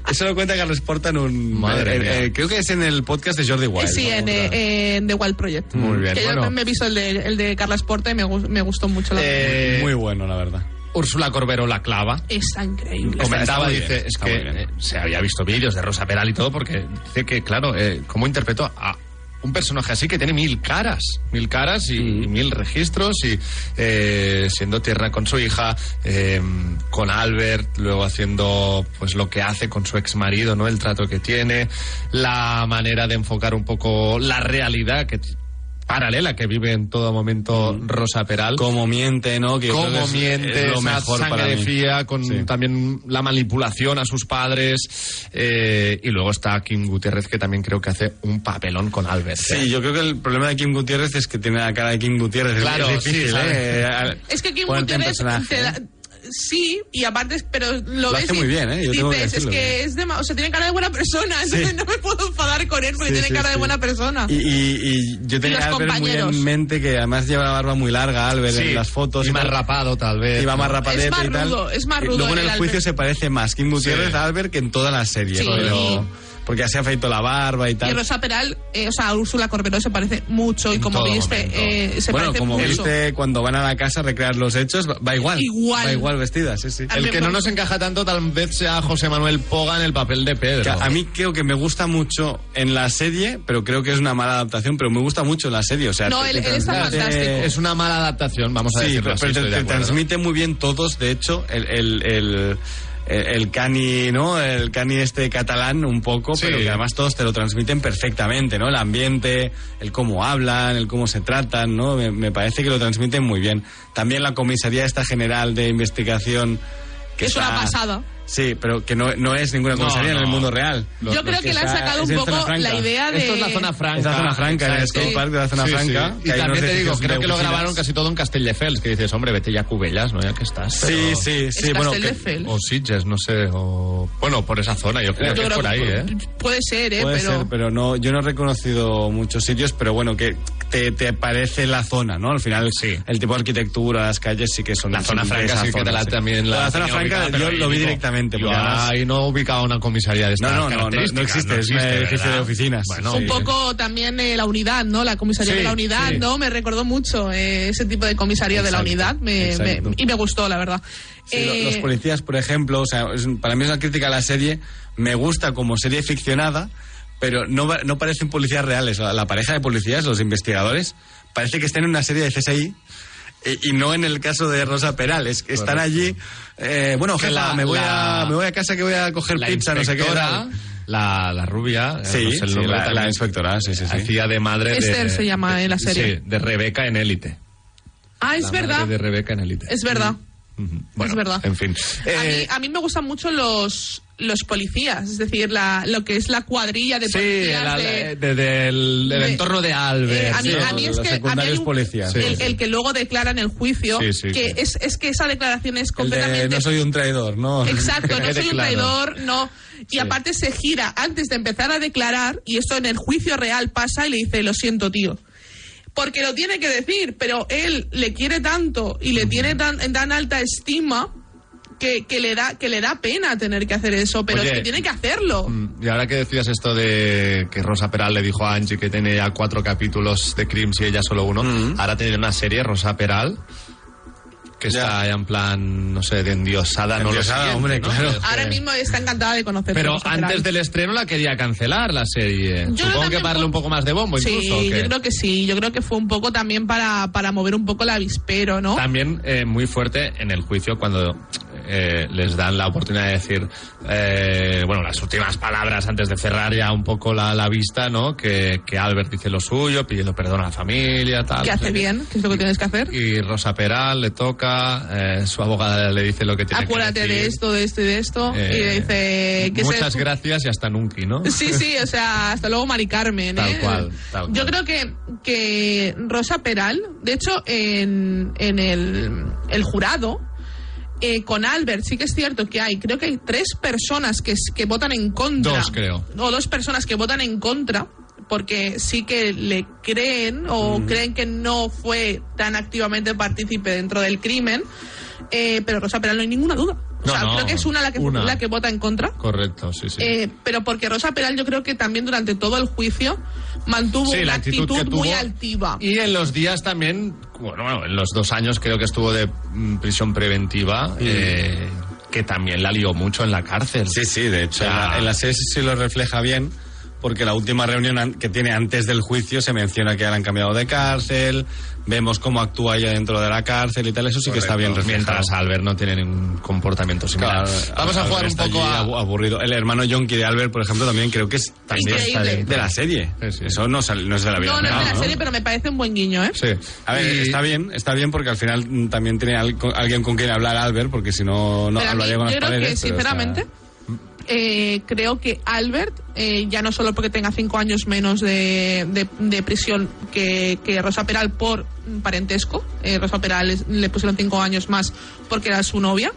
D: Eso lo cuenta Carlos Porta en un...
B: Madre
D: eh,
B: mía.
D: eh, creo que es en el podcast de Jordi Wild.
C: sí,
D: ¿no?
C: en, eh, en The Wild Project.
B: Muy bien,
C: Que yo
B: bueno.
C: me he visto el de, el de Carlas Porta y me, gu- me gustó mucho. La
B: Eh,
D: Muy bueno, la verdad.
B: Úrsula Corbero la clava.
C: Está increíble.
B: comentaba,
D: muy
B: dice,
D: bien,
B: es
D: está
B: que
D: muy bien.
B: eh, se había visto vídeos de Rosa Peral y todo, porque dice que, claro, eh, ¿cómo interpretó a un personaje así que tiene mil caras? Mil caras y,
D: Mm.
B: y mil registros, y eh, siendo tierna con su hija, eh, con Albert, luego haciendo pues lo que hace con su ex marido, ¿no? El trato que tiene, la manera de enfocar un poco la realidad que t- paralela que vive en todo momento
D: Mm.
B: Rosa Peral
D: Cómo miente, ¿no? Que yo creo que
B: cómo
D: es-
B: miente,
D: es
B: esa
D: lo mejor
B: sangre
D: para mí.
B: fría, con
D: Sí.
B: también la manipulación a sus padres. eh, y luego está Kim Gutiérrez, que también creo que hace un papelón con Albert. ¿eh?
D: Sí, yo creo que el problema de Kim Gutiérrez es que tiene la cara de Kim Gutiérrez. es-
B: Claro,
D: es difícil,
B: sí, ¿sabes?
D: ¿eh? Al-
C: Es que Kim
D: ponerte en
C: Gutiérrez
D: personaje,
C: te da-
D: ¿eh?
C: Sí, y aparte, es- pero lo,
D: Lo
C: ves
D: hace
C: y
D: muy bien, ¿eh? Yo tengo que
C: dices, es
D: decirlo.
C: que es de, ma- o sea, tiene cara de buena persona, entonces no me puedo enfadar con él porque
D: Sí,
C: tiene
D: sí,
C: cara de
D: sí.
C: buena persona.
D: Y, y- y yo tenía
C: los
D: a Albert muy
C: compañeros.
D: en mente que además lleva la barba muy larga, Albert,
B: Sí,
D: en las fotos.
B: Y más
D: tal.
B: rapado, tal vez.
D: Y va más
B: ¿no?
D: rapadete
C: Es más
D: y tal.
C: rudo, es más
D: Y
C: rudo
D: Luego en
C: el
D: el juicio
C: Albert.
D: se parece más Kim Gutiérrez
B: Sí.
D: a Albert que en toda la serie.
C: Sí.
D: pero- Porque así afeitó la barba y
C: Y
D: tal.
C: Rosa Peral, eh, o sea, Úrsula Corberó se parece mucho y
B: En
C: como
B: todo
C: viste,
B: momento.
C: eh, se
D: bueno,
C: parece
D: como
C: mucho.
D: viste, cuando van a la casa a recrear los hechos, va- va igual.
C: Igual.
D: Va igual vestida, sí, sí.
C: A mí-
B: El que no nos encaja tanto, tal vez sea José Manuel Poga en el papel de Pedro.
D: Que a mí creo que me gusta mucho en la serie, pero creo que es una mala adaptación, pero me gusta mucho en la serie. O sea,
C: No,
D: te-
C: él-
D: te
C: él está
D: transmite-
C: fantástico.
B: Es una mala adaptación, vamos a
D: Sí,
B: decirlo.
D: pero
B: así,
D: te,
B: estoy de
D: te
B: acuerdo.
D: transmite muy bien todos, de hecho, el, el, el, el- el cani, ¿no? El cani este catalán un poco,
B: Sí.
D: pero que además todos te lo transmiten perfectamente, ¿no? El ambiente, el cómo hablan, el cómo se tratan, ¿no? Me, me parece que lo transmiten muy bien. También la comisaría esta general de investigación...
C: Que es una pasada.
D: Sí, pero que no, no es ninguna
B: No,
D: comisaría en el
B: no.
D: mundo real.
B: Los-
C: Yo creo que, le han
D: está-
C: sacado un
D: es en
C: poco
D: zona franca.
C: la idea de.
B: Esto es la zona franca.
D: Es la zona franca, en el
B: exacto.
D: skate park de la zona
B: Sí,
D: franca.
B: sí.
D: que
B: Y
D: hay unos
B: también te digo,
D: edificios
B: creo
D: de
B: que lo
D: oficinas.
B: grabaron casi todo en Castelldefels, que dices, hombre, vete ya a Cubellas, ¿no? Ya que estás.
D: Sí,
B: pero-
D: sí, sí.
C: Es
D: bueno, que-
C: Castelldefels.
B: O Sitges, no sé, o... Bueno, por esa zona, yo creo
C: Yo
B: que es
C: creo
B: por
C: que
B: ahí, ¿eh?
C: Puede ser, ¿eh?
D: Puede
C: pero...
D: ser, pero no, yo no he reconocido muchos sitios, pero bueno, que te, te parece la zona, ¿no? Al final,
B: Sí.
D: el tipo de arquitectura, las calles sí que son...
B: La zona
D: son de
B: franca
D: esa
B: sí que
D: zona,
B: la,
D: sí.
B: también la...
D: Pero zona
B: tenía
D: franca
B: ubicada,
D: yo
B: pero
D: lo
B: ahí
D: vi
B: digo,
D: directamente,
B: digo,
D: porque además...
B: ah, ahí no ubicaba una comisaría de estas
D: No, no, no, no, no
B: características,
D: existe, es un
B: ¿verdad?
D: edificio de oficinas.
B: Bueno,
D: Un
B: y-
C: Un poco también eh, la unidad, ¿no? La comisaría
B: Sí,
C: de la unidad,
B: sí.
C: ¿no? Me recordó mucho eh, ese tipo de comisaría de la
D: Exacto,
C: unidad me- me-
D: exacto.
C: y me gustó, la verdad.
D: Sí, lo-
C: Eh,
D: los policías, por ejemplo, o sea, es un- para mí es una crítica a la serie, me gusta como serie ficcionada, pero no, va- no parecen policías reales. La, la pareja de policías, los investigadores, parece que están en una serie de CSI. eh, Y no en el caso de Rosa Peral, es que están allí. eh, bueno,
B: Que
D: jefa,
B: la-
D: me, voy
B: la-
D: a, me voy a casa que voy a coger
B: la
D: pizza, no sé qué.
B: inspectora,
D: tal.
B: La, la rubia, eh,
D: Sí,
B: no sé el
D: sí,
B: nombre
D: la-
B: también,
D: la inspectora, sí, sí, sí.
B: Hacía de madre de-
C: Esther se llama
B: de-
C: en la serie.
B: Sí, de Rebeca en Élite.
C: ah, es
B: La madre
C: verdad.
B: de Rebeca en Élite.
C: Es verdad.
B: Bueno,
C: es verdad.
B: En fin.
C: a,
B: Mm.
C: mí,
B: Eh,
C: a mí me gustan mucho los, los policías, es decir, la, lo que es la cuadrilla de
B: Sí,
C: policías.
B: la-
C: de-
B: la- de- del del
C: de-
B: entorno de
C: Eh,
B: Albert.
C: a mí,
B: sí,
C: a
B: ¿no?
C: mí
D: los
C: es que a mí hay
D: secundarios
C: un-
D: policías.
C: el,
B: Sí.
C: el que luego declara en el juicio
B: Sí, sí,
C: que
B: sí.
C: Es, es que esa declaración es
D: El de,
C: completamente
D: no soy un traidor, ¿no?
C: exacto no
B: Quede
C: soy un
B: claro.
C: traidor no y aparte se gira antes de empezar a declarar y esto en el juicio real pasa y le dice lo siento tío porque lo tiene que decir pero él le quiere tanto y le tiene tan, en tan alta estima que, que le da que le da pena tener que hacer eso pero
B: Oye.
C: es que tiene que hacerlo
B: Mm, Y ahora que decías esto de que Rosa Peral le dijo a Angie que tenía ya cuatro capítulos de Crims y ella solo uno, ahora tiene una serie, Rosa Peral, que
D: Mm. Ya.
B: está ya en plan, no sé, de endiosada, no lo
D: Endiosada,
B: sé.
D: hombre, claro.
C: ahora mismo está encantada de conocer
B: Pero antes del estreno la quería cancelar la serie.
C: Yo creo
B: Supongo que
C: también
B: para darle
C: fue-
B: un poco más de bombo
C: Sí,
B: incluso. ¿o qué?
C: yo creo que sí. Yo creo que fue un poco también para, para mover un poco el avispero, ¿no?
B: También eh, muy fuerte en el juicio cuando eh, les dan la oportunidad de decir, eh, bueno, las últimas palabras antes de cerrar ya un poco la, la vista, ¿no? Que, que Albert dice lo suyo, pidiendo perdón a la familia, tal.
C: que
B: no sé
C: hace
B: qué.
C: bien, que es lo que tienes que hacer.
B: Y Rosa Peral le toca, eh, su abogada le dice lo que tiene
C: Acuérdate
B: que decir. Eh,
C: de esto, de esto y de esto. y le dice que se-
B: Muchas gracias y hasta nunca, ¿no?
C: Sí, sí, o sea, hasta luego Mari Carmen.
B: Tal
C: ¿eh?
B: cual, tal
C: Yo
B: cual.
C: creo que, que Rosa Peral, de hecho, en, en el, el jurado, eh, con Albert, sí que es cierto que hay, creo que hay tres personas que, s- que votan en contra.
B: Dos, creo.
C: O dos personas que votan en contra, porque sí que le creen
B: Mm.
C: o creen que no fue tan activamente partícipe dentro del crimen. Eh, pero Rosa Peral no hay ninguna duda. O
B: No,
C: sea,
B: no,
C: creo que es una la que,
B: una.
C: la que vota en contra.
B: Correcto, sí, sí.
C: Eh, pero porque Rosa Peral yo creo que también durante todo el juicio mantuvo
B: Sí,
C: una
B: la actitud,
C: actitud,
B: que tuvo.
C: muy altiva.
B: Y en los días también, bueno, bueno, en los dos años creo que estuvo de mm, prisión preventiva, eh, que también la lió mucho en la cárcel.
D: Sí, sí, de hecho,
B: O sea,
D: en la- en la serie sí lo refleja bien, porque la última reunión an- que tiene antes del juicio se menciona que ahora han cambiado de cárcel, vemos cómo actúa ella dentro de la cárcel y tal, eso sí que está bien reflejado.
B: Mientras Albert no tiene ningún comportamiento similar.
D: Claro,
B: Vamos a
D: Albert
B: jugar un
D: está
B: poco
D: allí
B: a...
D: abu- aburrido. El hermano Yonki de Albert, por ejemplo, también creo que es también
C: Increíble.
D: está de, de la serie.
B: Sí, sí.
D: Eso no, sal- no es de la vida.
C: No, no es
D: real,
C: de la serie, pero me parece un buen guiño, ¿eh?
B: Sí.
D: A ver,
B: Y-
D: está bien, está bien porque al final mm, también tiene al- con- alguien con quien hablar Albert, porque si no, no
C: Pero a mí,
D: hablaría con las
C: yo creo
D: paredes.
C: que,
D: pero está-
C: sinceramente, eh, creo que Albert, eh, ya no solo porque tenga cinco años menos de, de- de prisión que, que Rosa Peral por parentesco, eh, Rosa Peral es- le pusieron cinco años más porque era su novia,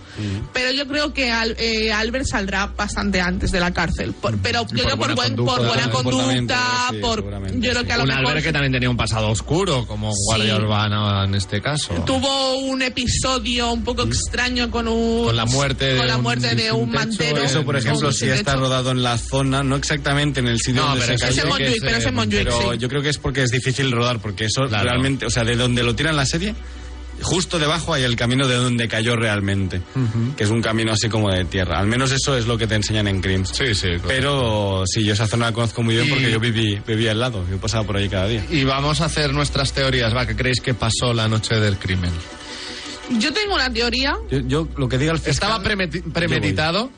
C: pero yo creo que Al- eh, Albert saldrá bastante antes de la cárcel. Por- pero yo creo por,
B: buena
C: buen-
B: conducta,
C: por buena
D: por buen
C: conducta,
D: comportamiento, sí,
C: por,
D: seguramente,
C: yo creo
D: sí.
C: que a lo
B: un
C: mejor
B: Albert que también tenía un pasado oscuro, como guardia
C: Sí.
B: urbana en este caso.
C: tuvo un episodio un poco extraño con un
B: Con la muerte de
C: con la
B: un-
C: muerte de
B: sin
C: un
B: techo,
C: mantero
B: Pero-
D: Eso, por
B: No,
D: ejemplo,
C: con-
D: si
C: sin
D: está
C: techo.
D: rodado en la zona, no exactamente en el sitio
B: No,
D: donde
B: pero
D: se
B: eso
C: Es
D: cayó,
B: creo
C: en
B: que
C: Montjuic,
B: es,
C: pero es en
B: eh,
C: Montjuic,
D: Pero
C: sí.
D: yo creo que es porque es difícil rodar, porque eso
B: Claro.
D: realmente, o sea, de donde lo tiran la serie, justo debajo hay el camino de donde cayó realmente, que es un camino así como de tierra. Al menos eso es lo que te enseñan en Crims.
B: Sí, pues. sí. claro.
D: Pero sí, yo esa zona la conozco muy bien
B: Y-
D: porque yo viví, viví al lado, yo pasaba por ahí cada día.
B: Y vamos a hacer nuestras teorías, va, ¿qué creéis que pasó la noche del crimen?
C: Yo tengo una teoría.
D: Yo, yo lo que diga el fiscal,
B: ¿Estaba premeti- premeditado?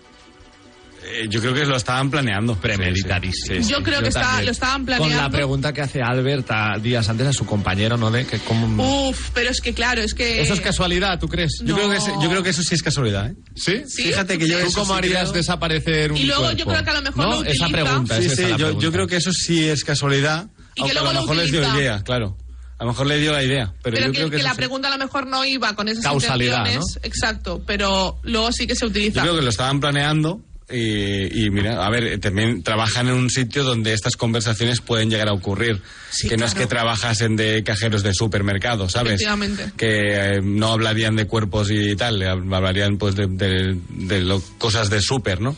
D: eh, yo creo que lo estaban planeando.
B: Premeditadísimo.
D: Sí, sí, sí.
C: Yo creo que está,
B: también.
C: lo estaban planeando.
B: Con la pregunta que hace Albert a- días antes a su compañero, ¿no? De que cómo-
C: Uf, pero es que claro, es que.
B: Mm. Eso es casualidad, ¿tú crees?
C: No.
D: Yo, creo que es- yo creo que eso sí es casualidad, ¿eh?
B: ¿Sí?
C: Sí,
D: Fíjate que yo
B: ¿Tú
D: eso
B: cómo
D: sí
B: harías
D: creo-
B: desaparecer un
C: Y luego yo
B: cuerpo?
C: creo que a lo mejor
B: No,
C: lo
B: esa
C: utiliza.
B: pregunta.
D: Sí,
B: es
D: sí,
B: esa la
D: yo, yo
B: pregunta.
D: creo que eso sí es casualidad.
C: Y que
D: aunque a
C: luego
D: lo
C: lo
D: mejor les dio
C: utiliza.
D: idea, claro. A lo mejor le dio la idea, pero,
C: Pero
D: yo
C: que,
D: creo que,
C: que
D: eso
C: la
D: sí.
C: pregunta a lo mejor no iba con esas
B: Causalidad,
C: intenciones.
B: ¿no?
C: Exacto, pero luego sí que se
D: Yo
C: utiliza.
D: creo que lo estaban planeando y, y mira, a ver, eh, también trabajan en un sitio donde estas conversaciones pueden llegar a ocurrir.
C: Sí,
D: que no es
C: claro.
D: que trabajasen de cajeros de supermercado, ¿sabes?
C: Efectivamente.
D: Que eh, no hablarían de cuerpos y tal, eh, hablarían pues de, de- de lo- cosas de súper, ¿no?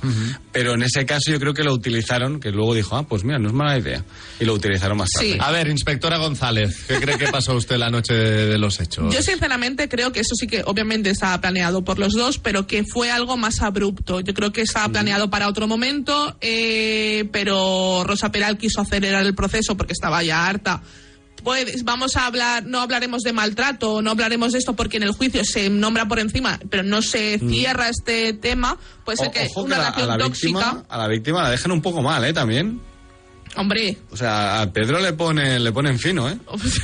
D: Pero en ese caso yo creo que lo utilizaron, que luego dijo, ah, pues mira, no es mala idea. Y lo utilizaron más tarde.
C: Sí.
B: A ver, inspectora González, ¿qué cree que pasó usted la noche de, de los hechos?
C: Yo sinceramente creo que eso sí que obviamente estaba planeado por los dos, pero que fue algo más abrupto. Yo creo que estaba planeado para otro momento, eh, pero Rosa Peral quiso acelerar el proceso porque estaba ya harta. Pues vamos a hablar, no hablaremos de maltrato, no hablaremos de esto porque en el juicio se nombra por encima, pero no se cierra este tema. Puede ser
D: Mm. O-
C: que
D: ojo
C: una
D: que a la-
C: relación
D: a la
C: tóxica.
D: Víctima, a la víctima la dejan un poco mal, ¿eh? También.
C: Hombre,
D: O sea, a Pedro le ponen, le ponen fino, ¿eh?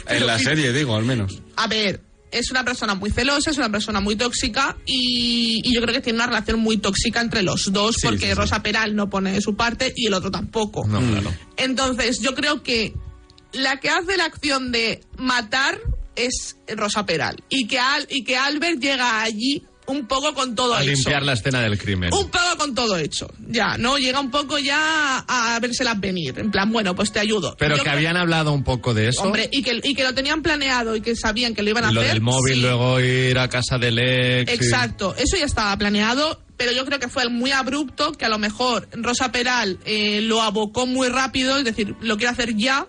D: En la serie, digo, al menos.
C: a ver, es una persona muy celosa, es una persona muy tóxica y, y yo creo que tiene una relación muy tóxica entre los dos
D: Sí,
C: porque
D: sí, sí.
C: Rosa Peral no pone de su parte y el otro tampoco.
B: No, claro.
C: Entonces yo creo que la que hace la acción de matar es Rosa Peral y que, Al- y que Albert llega allí un poco con todo
B: A
C: hecho.
B: limpiar la escena del crimen.
C: Un poco con todo hecho, ya, ¿no? Llega un poco ya a vérselas venir. En plan, bueno, pues te ayudo.
B: Pero
C: Yo
B: que
C: creo-
B: habían hablado un poco de eso.
C: Hombre, y que, y que lo tenían planeado y que sabían que lo iban a
B: lo
C: hacer.
B: del móvil,
C: sí.
B: luego ir a casa del ex. y-
C: Exacto, eso ya estaba planeado, pero yo creo que fue muy abrupto, que a lo mejor Rosa Peral eh, lo abocó muy rápido, es decir, lo quiero hacer ya,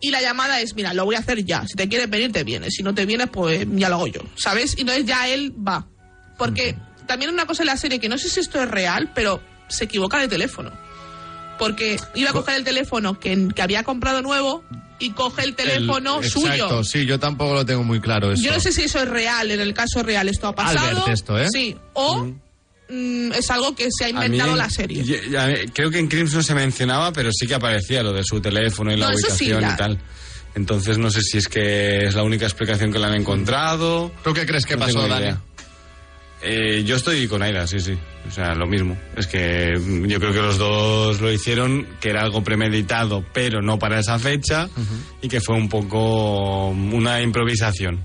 C: y la llamada es, mira, lo voy a hacer ya, si te quieres venir, te vienes, si no te vienes, pues ya lo hago yo, ¿sabes? Y entonces ya él va, porque también una cosa en la serie, que no sé si esto es real, pero se equivoca de teléfono, porque iba a coger el teléfono que, que había comprado nuevo y coge el
B: el-
C: teléfono suyo.
B: Exacto, sí, yo tampoco lo tengo muy claro eso.
C: Yo no sé si eso es real, en el caso real esto ha pasado.
B: Albert esto, ¿eh?
C: Sí, o mm, es algo que se ha
D: A mí
C: inventado
D: en-
C: la serie.
D: y- y a mí- creo que en Crims no se mencionaba, pero sí que aparecía lo de su teléfono y la
C: No, eso sí,
D: ubicación
C: la-
D: y tal. Entonces no sé si es que es la única explicación que le han encontrado.
B: ¿Tú qué crees que
D: No
B: pasó,
D: tengo ni
B: Dani?
D: idea. Eh, yo estoy con Aira, sí, sí. O sea, lo mismo. Es que mm, yo creo que los dos lo hicieron, que era algo premeditado, pero no para esa fecha, y que fue un poco mm, una improvisación.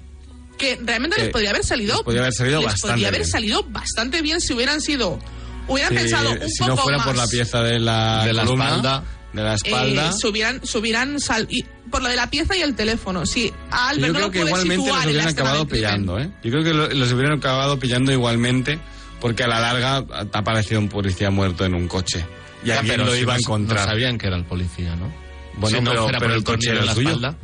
C: que realmente les
D: que
C: podría haber salido.
D: eh, les podría haber salido
C: les
D: bastante
C: podría haber
D: bien.
C: salido bastante bien si hubieran sido. Hubieran
D: Si-
C: pensado un
D: si
C: poco
D: no fuera
C: más.
D: por la pieza de la,
B: De la
D: columna,
B: espalda.
D: De la
C: eh,
D: espalda.
C: se hubieran, se hubieran sal- y- por lo de la pieza y el teléfono. Sí, a Albert
D: yo
C: no
D: creo
C: lo
D: que
C: puedes
D: igualmente
C: situar
D: los
C: en este la
D: hubieran
C: escena
D: acabado
C: del crimen.
D: pillando, ¿eh? Yo creo que lo- los hubieran acabado pillando igualmente, porque a la larga ha ha aparecido un policía muerto en un coche. Y
B: Ya,
D: alguien
B: pero
D: lo
B: si
D: iba a
B: no-
D: encontrar.
B: No sabían que era el policía, ¿no?
D: Bueno,
B: Si no
D: pero-
B: fuera
D: pero
B: por
D: el coche
B: tornillo
D: era
B: en la
D: suyo.
B: espalda.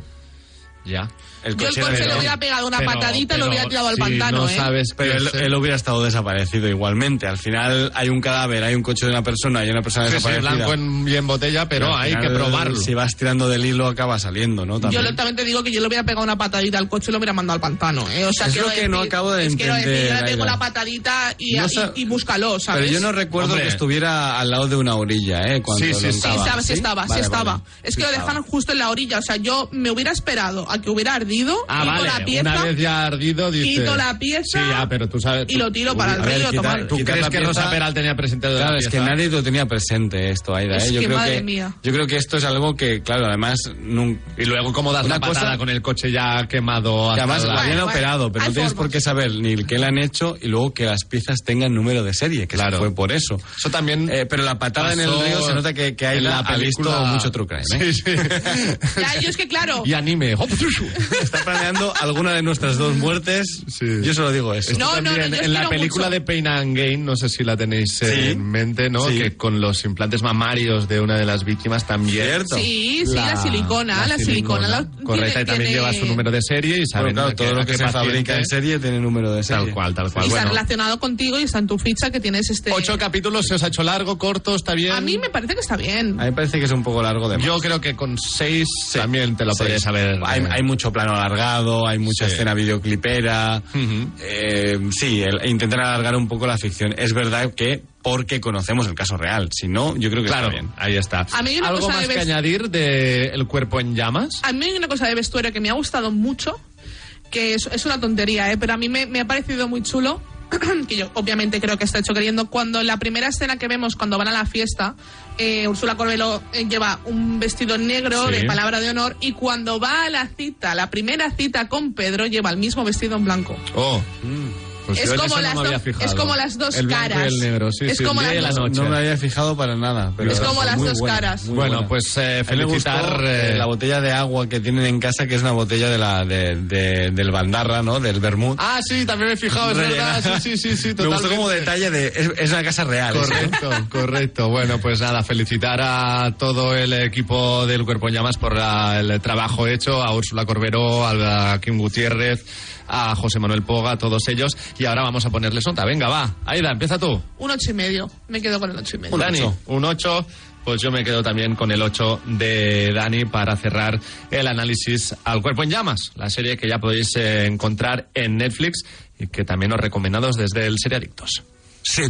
B: Ya.
C: Yo el
D: era
C: coche
D: de
C: le
D: él.
C: hubiera pegado una
B: Pero-
C: patadita y lo
B: pero
C: hubiera tirado al
B: si
C: pantano,
B: no
C: ¿eh?
B: sabes
D: Pero
B: que
D: él,
B: es-
D: él hubiera estado desaparecido igualmente. Al final hay un cadáver, hay un coche de una persona y una persona
B: que es
D: desaparecida.
B: blanco en- y en botella, pero
D: Al
B: hay que
D: final,
B: probarlo.
D: Si vas tirando del hilo acaba saliendo, ¿no?
C: Yo
D: También.
C: lo- también te digo que yo le hubiera pegado una patadita al coche y lo hubiera mandado al pantano. ¿eh? O sea,
D: Es
C: quiero
D: lo que no
C: decir-
D: acabo de
C: es quiero decir,
D: entender,
C: yo le pego
D: Aida.
C: la patadita y,
D: No
C: y-
D: sa-
C: y búscalo, ¿sabes?
D: Pero yo no recuerdo
B: Hombre.
D: que estuviera al lado de una orilla, ¿eh? Cuando
B: Sí, sí,
D: lo
B: sí,
C: Sí,
D: estaba.
C: estaba, sí, estaba, sí
D: Vale,
C: estaba.
D: vale.
C: Es que
D: Sí
C: lo
D: estaba.
C: dejaron justo en la orilla. O sea, yo me hubiera esperado a que hubiera ardido,
B: Ah,
C: quito
B: vale.
C: la pieza,
B: Una vez ya ardido, dice.
C: quito la pieza
B: Sí, ya, pero tú sabes.
C: y lo tiro para el
D: a ver,
C: río.
D: quita-
C: tomar.
B: ¿Tú
D: Quitar
B: crees
D: la
B: que
D: pieza-
B: Rosa Peral tenía presentado
D: Claro,
B: la
D: es que
B: pieza?
D: nadie lo tenía presente esto, Aida.
C: Es
D: ¿eh? Yo,
C: que
D: creo
C: madre
D: que,
C: mía.
D: yo creo que esto es algo que, claro, además... nun-
B: Y luego, ¿cómo das
D: Una
B: la patada
D: cosa-
B: con el coche ya quemado?
D: que
B: hasta
D: además
B: la-
D: la habían
C: bueno,
D: operado, pero
C: hay
D: no tienes
C: formas.
D: por qué saber ni el que le han hecho y luego que las piezas tengan número de serie, que se
B: Claro.
D: fue por eso.
B: Eso también.
D: Eh, pero la patada en el
B: pasó
D: río se nota que, que
B: en
D: Aida
B: la
D: ha visto
B: película-
D: mucho true crime, ¿eh?
B: Sí, sí.
C: Ya, yo es que claro.
B: y anime. Hop, chu, chu.
D: Está planeando alguna de nuestras dos muertes.
B: Sí.
D: Yo solo digo eso.
C: No,
B: Esto también,
C: no, yo
B: en la
C: quiero
B: película
C: mucho.
B: de Pain and Gain, no sé si la tenéis eh,
D: Sí.
B: en mente, ¿no?
D: Sí.
B: Que con los implantes mamarios de una de las víctimas también.
D: Cierto.
C: Sí, sí, la, silicona, la silicona. la-
B: Correcta,
C: tiene-
B: y también
C: tiene-
B: lleva su número de serie y
D: Pero
B: saben
D: claro,
B: a
D: todo
B: qué- a
D: lo que
B: qué
D: se fabrica
B: paciente-
D: en serie tiene número de serie.
B: Tal cual, tal
C: Y
B: cual.
C: está
B: Bueno,
C: relacionado contigo y está en tu ficha que tienes este.
B: ocho capítulos, se os ha hecho largo, corto, está bien.
C: A mí me parece que está bien.
D: A mí me parece que es un poco largo de más.
B: Yo creo que con seis
D: Sí.
B: también te lo
D: Sí.
B: podrías haber.
D: Hay,
B: eh,
D: hay mucho plano alargado, hay mucha
B: Sí.
D: escena videoclipera.
B: Ujú.
D: Eh, sí, el- intentan alargar un poco la ficción. Es verdad que porque conocemos el caso real. Si no, yo creo que
B: Claro,
D: está bien.
B: ahí está.
C: A mí hay una
B: ¿Algo
C: cosa
B: más
C: de
B: que
C: vest-
B: añadir de El cuerpo en llamas?
C: A mí hay una cosa de vestuario que me ha gustado mucho, que es, es una tontería, ¿eh? pero a mí me, me ha parecido muy chulo, que yo obviamente creo que está hecho queriendo, cuando la primera escena que vemos cuando van a la fiesta, eh, Úrsula Corbelo eh, lleva un vestido negro
D: Sí.
C: de palabra de honor y cuando va a la cita, la primera cita con Pedro, lleva el mismo vestido en blanco.
B: Oh. Pues
C: Es
B: yo en
C: como
B: eso no
C: las
B: me había
C: dos-
B: fijado.
C: es como las dos
B: el blanco
C: caras.
B: Y el negro, sí,
C: Es
B: sí, el
C: como
B: día
C: las
B: y la
C: dos-
B: noche.
D: No me había fijado para nada. Pero
C: Es como las
D: muy
C: dos
D: buena,
C: caras.
D: muy
B: Bueno,
D: buena.
B: pues, eh,
D: Me
B: felicitar,
D: gustó,
B: eh,
D: eh, la botella de agua que tienen en casa, que es una botella de la, de- de- del Bandarra, ¿no? Del Bermud.
B: Ah, sí, también me he fijado, es
D: Rellenada.
B: verdad. Sí, sí, sí, sí,
D: Me gustó como
B: totalmente.
D: detalle de. Es, es una casa real. ¿eh?
B: Correcto, correcto. Bueno, pues nada, felicitar a todo el equipo del Cuerpo en Llamas por la- el trabajo hecho, a Úrsula Corberó, a la Kim Gutiérrez, a José Manuel Poga, a todos ellos. Y ahora vamos a ponerles nota. Venga, va. Aida, empieza tú.
C: Un ocho y medio, me quedo con el ocho y medio.
D: Un
B: Dani,
D: ocho.
B: un 8. Pues yo me quedo también con el 8 de Dani para cerrar el análisis al cuerpo en llamas, la serie que ya podéis eh, encontrar en Netflix y que también os recomendamos desde el Seriadictos.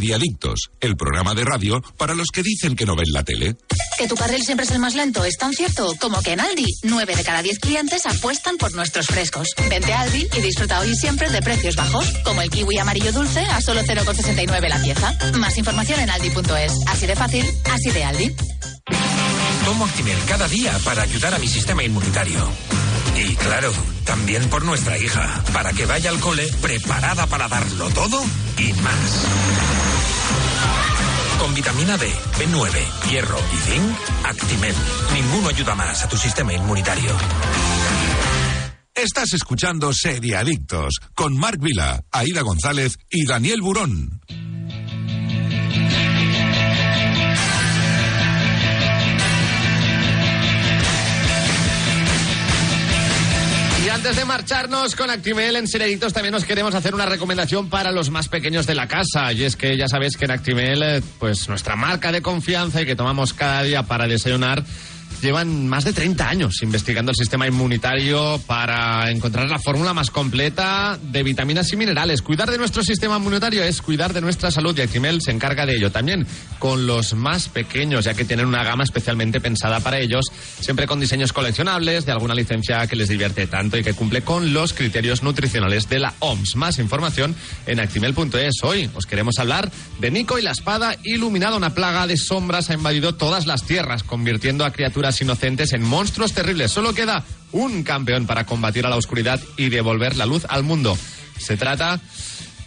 A: Seriadictos, el programa de radio para los que dicen que no ven la tele.
E: Que tu carril siempre es el más lento es tan cierto como que en Aldi 9 de cada 10 clientes apuestan por nuestros frescos. Vente a Aldi y disfruta hoy y siempre de precios bajos, como el kiwi amarillo dulce a solo 0,69 la pieza. Más información en aldi.es. Así de fácil, así de Aldi.
F: Tomo Actimel cada día para ayudar a mi sistema inmunitario. Y claro, también por nuestra hija, para que vaya al cole preparada para darlo todo y más. Con vitamina D, B9, hierro y zinc, Actimel. Ninguno ayuda más a tu sistema inmunitario.
A: Estás escuchando Seriadictos con Marc Vila, Aida González y Daniel Burón.
B: Y antes de marcharnos con Actimel en Seriadictos, también nos queremos hacer una recomendación para los más pequeños de la casa. Y es que ya sabéis que en Actimel, eh, pues nuestra marca de confianza y que tomamos cada día para desayunar, llevan más de 30 años investigando el sistema inmunitario para encontrar la fórmula más completa de vitaminas y minerales. Cuidar de nuestro sistema inmunitario es cuidar de nuestra salud y Actimel se encarga de ello también con los más pequeños, ya que tienen una gama especialmente pensada para ellos, siempre con diseños coleccionables de alguna licencia que les divierte tanto y que cumple con los criterios nutricionales de la OMS. Más información en actimel.es. Hoy os queremos hablar de Nico y la espada iluminada. Una plaga de sombras ha invadido todas las tierras, convirtiendo a criaturas inocentes en monstruos terribles. Solo queda un campeón para combatir a la oscuridad y devolver la luz al mundo. Se trata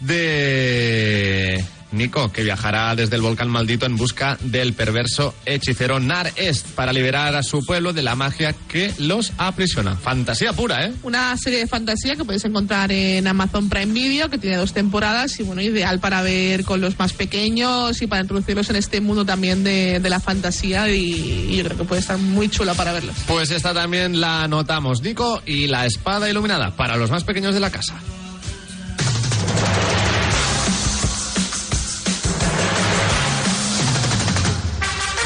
B: de Nico, que viajará desde el volcán maldito en busca del perverso hechicero Nar Est para liberar a su pueblo de la magia que los aprisiona. Fantasía pura, ¿eh?
C: Una serie de fantasía que podéis encontrar en Amazon Prime Video, que tiene dos temporadas y bueno, ideal para ver con los más pequeños y para introducirlos en este mundo también de, de la fantasía y, y yo creo que puede estar muy chula para verlos.
B: Pues esta también la anotamos, Nico, y la espada iluminada para los más pequeños de la casa.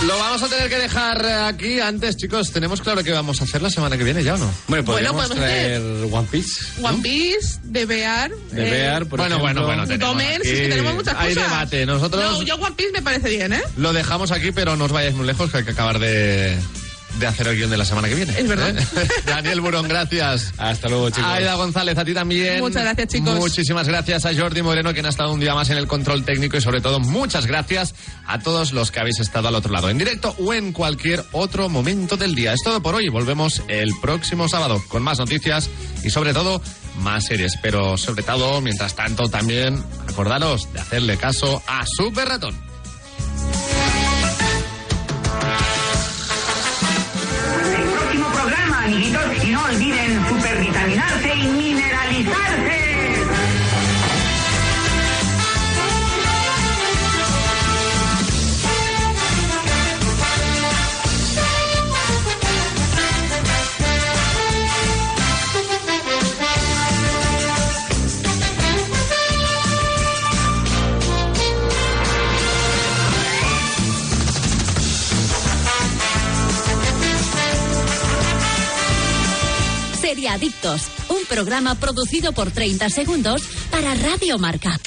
B: Lo vamos a tener que dejar eh, aquí antes, chicos. Tenemos claro que vamos a hacer la semana que viene ya o no.
D: Bueno, podríamos
C: podemos eh,
D: traer One Piece.
C: pues, One Piece, de Bear. eh,
D: De Bear, por
B: bueno, bueno,
D: ejemplo.
B: bueno, tenemos
C: Domen, si es que
B: aquí-
C: tenemos muchas
B: Hay
C: cosas.
B: debate. Nosotros
C: No, yo One Piece me parece bien, ¿eh?
B: lo dejamos aquí, pero no os vayáis muy lejos, que hay que acabar de, de hacer el guión de la semana que viene.
C: Es verdad.
B: ¿eh? Daniel Burón, gracias.
D: Hasta luego, chicos.
B: Aida González, a ti también.
C: Muchas gracias, chicos.
B: Muchísimas gracias a Jordi Moreno, quien ha estado un día más en el control técnico y sobre todo muchas gracias a todos los que habéis estado al otro lado, en directo o en cualquier otro momento del día. Es todo por hoy. Volvemos el próximo sábado con más noticias y sobre todo más series. Pero sobre todo, mientras tanto, también acordaros de hacerle caso a Super Ratón.
G: el próximo programa, amiguitos, y no olviden supervitaminarse y mineralizarse.
E: Seriadictos, un programa producido por 30 segundos para Radio Marca.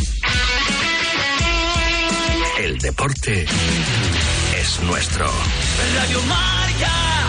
F: El deporte es nuestro.
H: Radio Marca.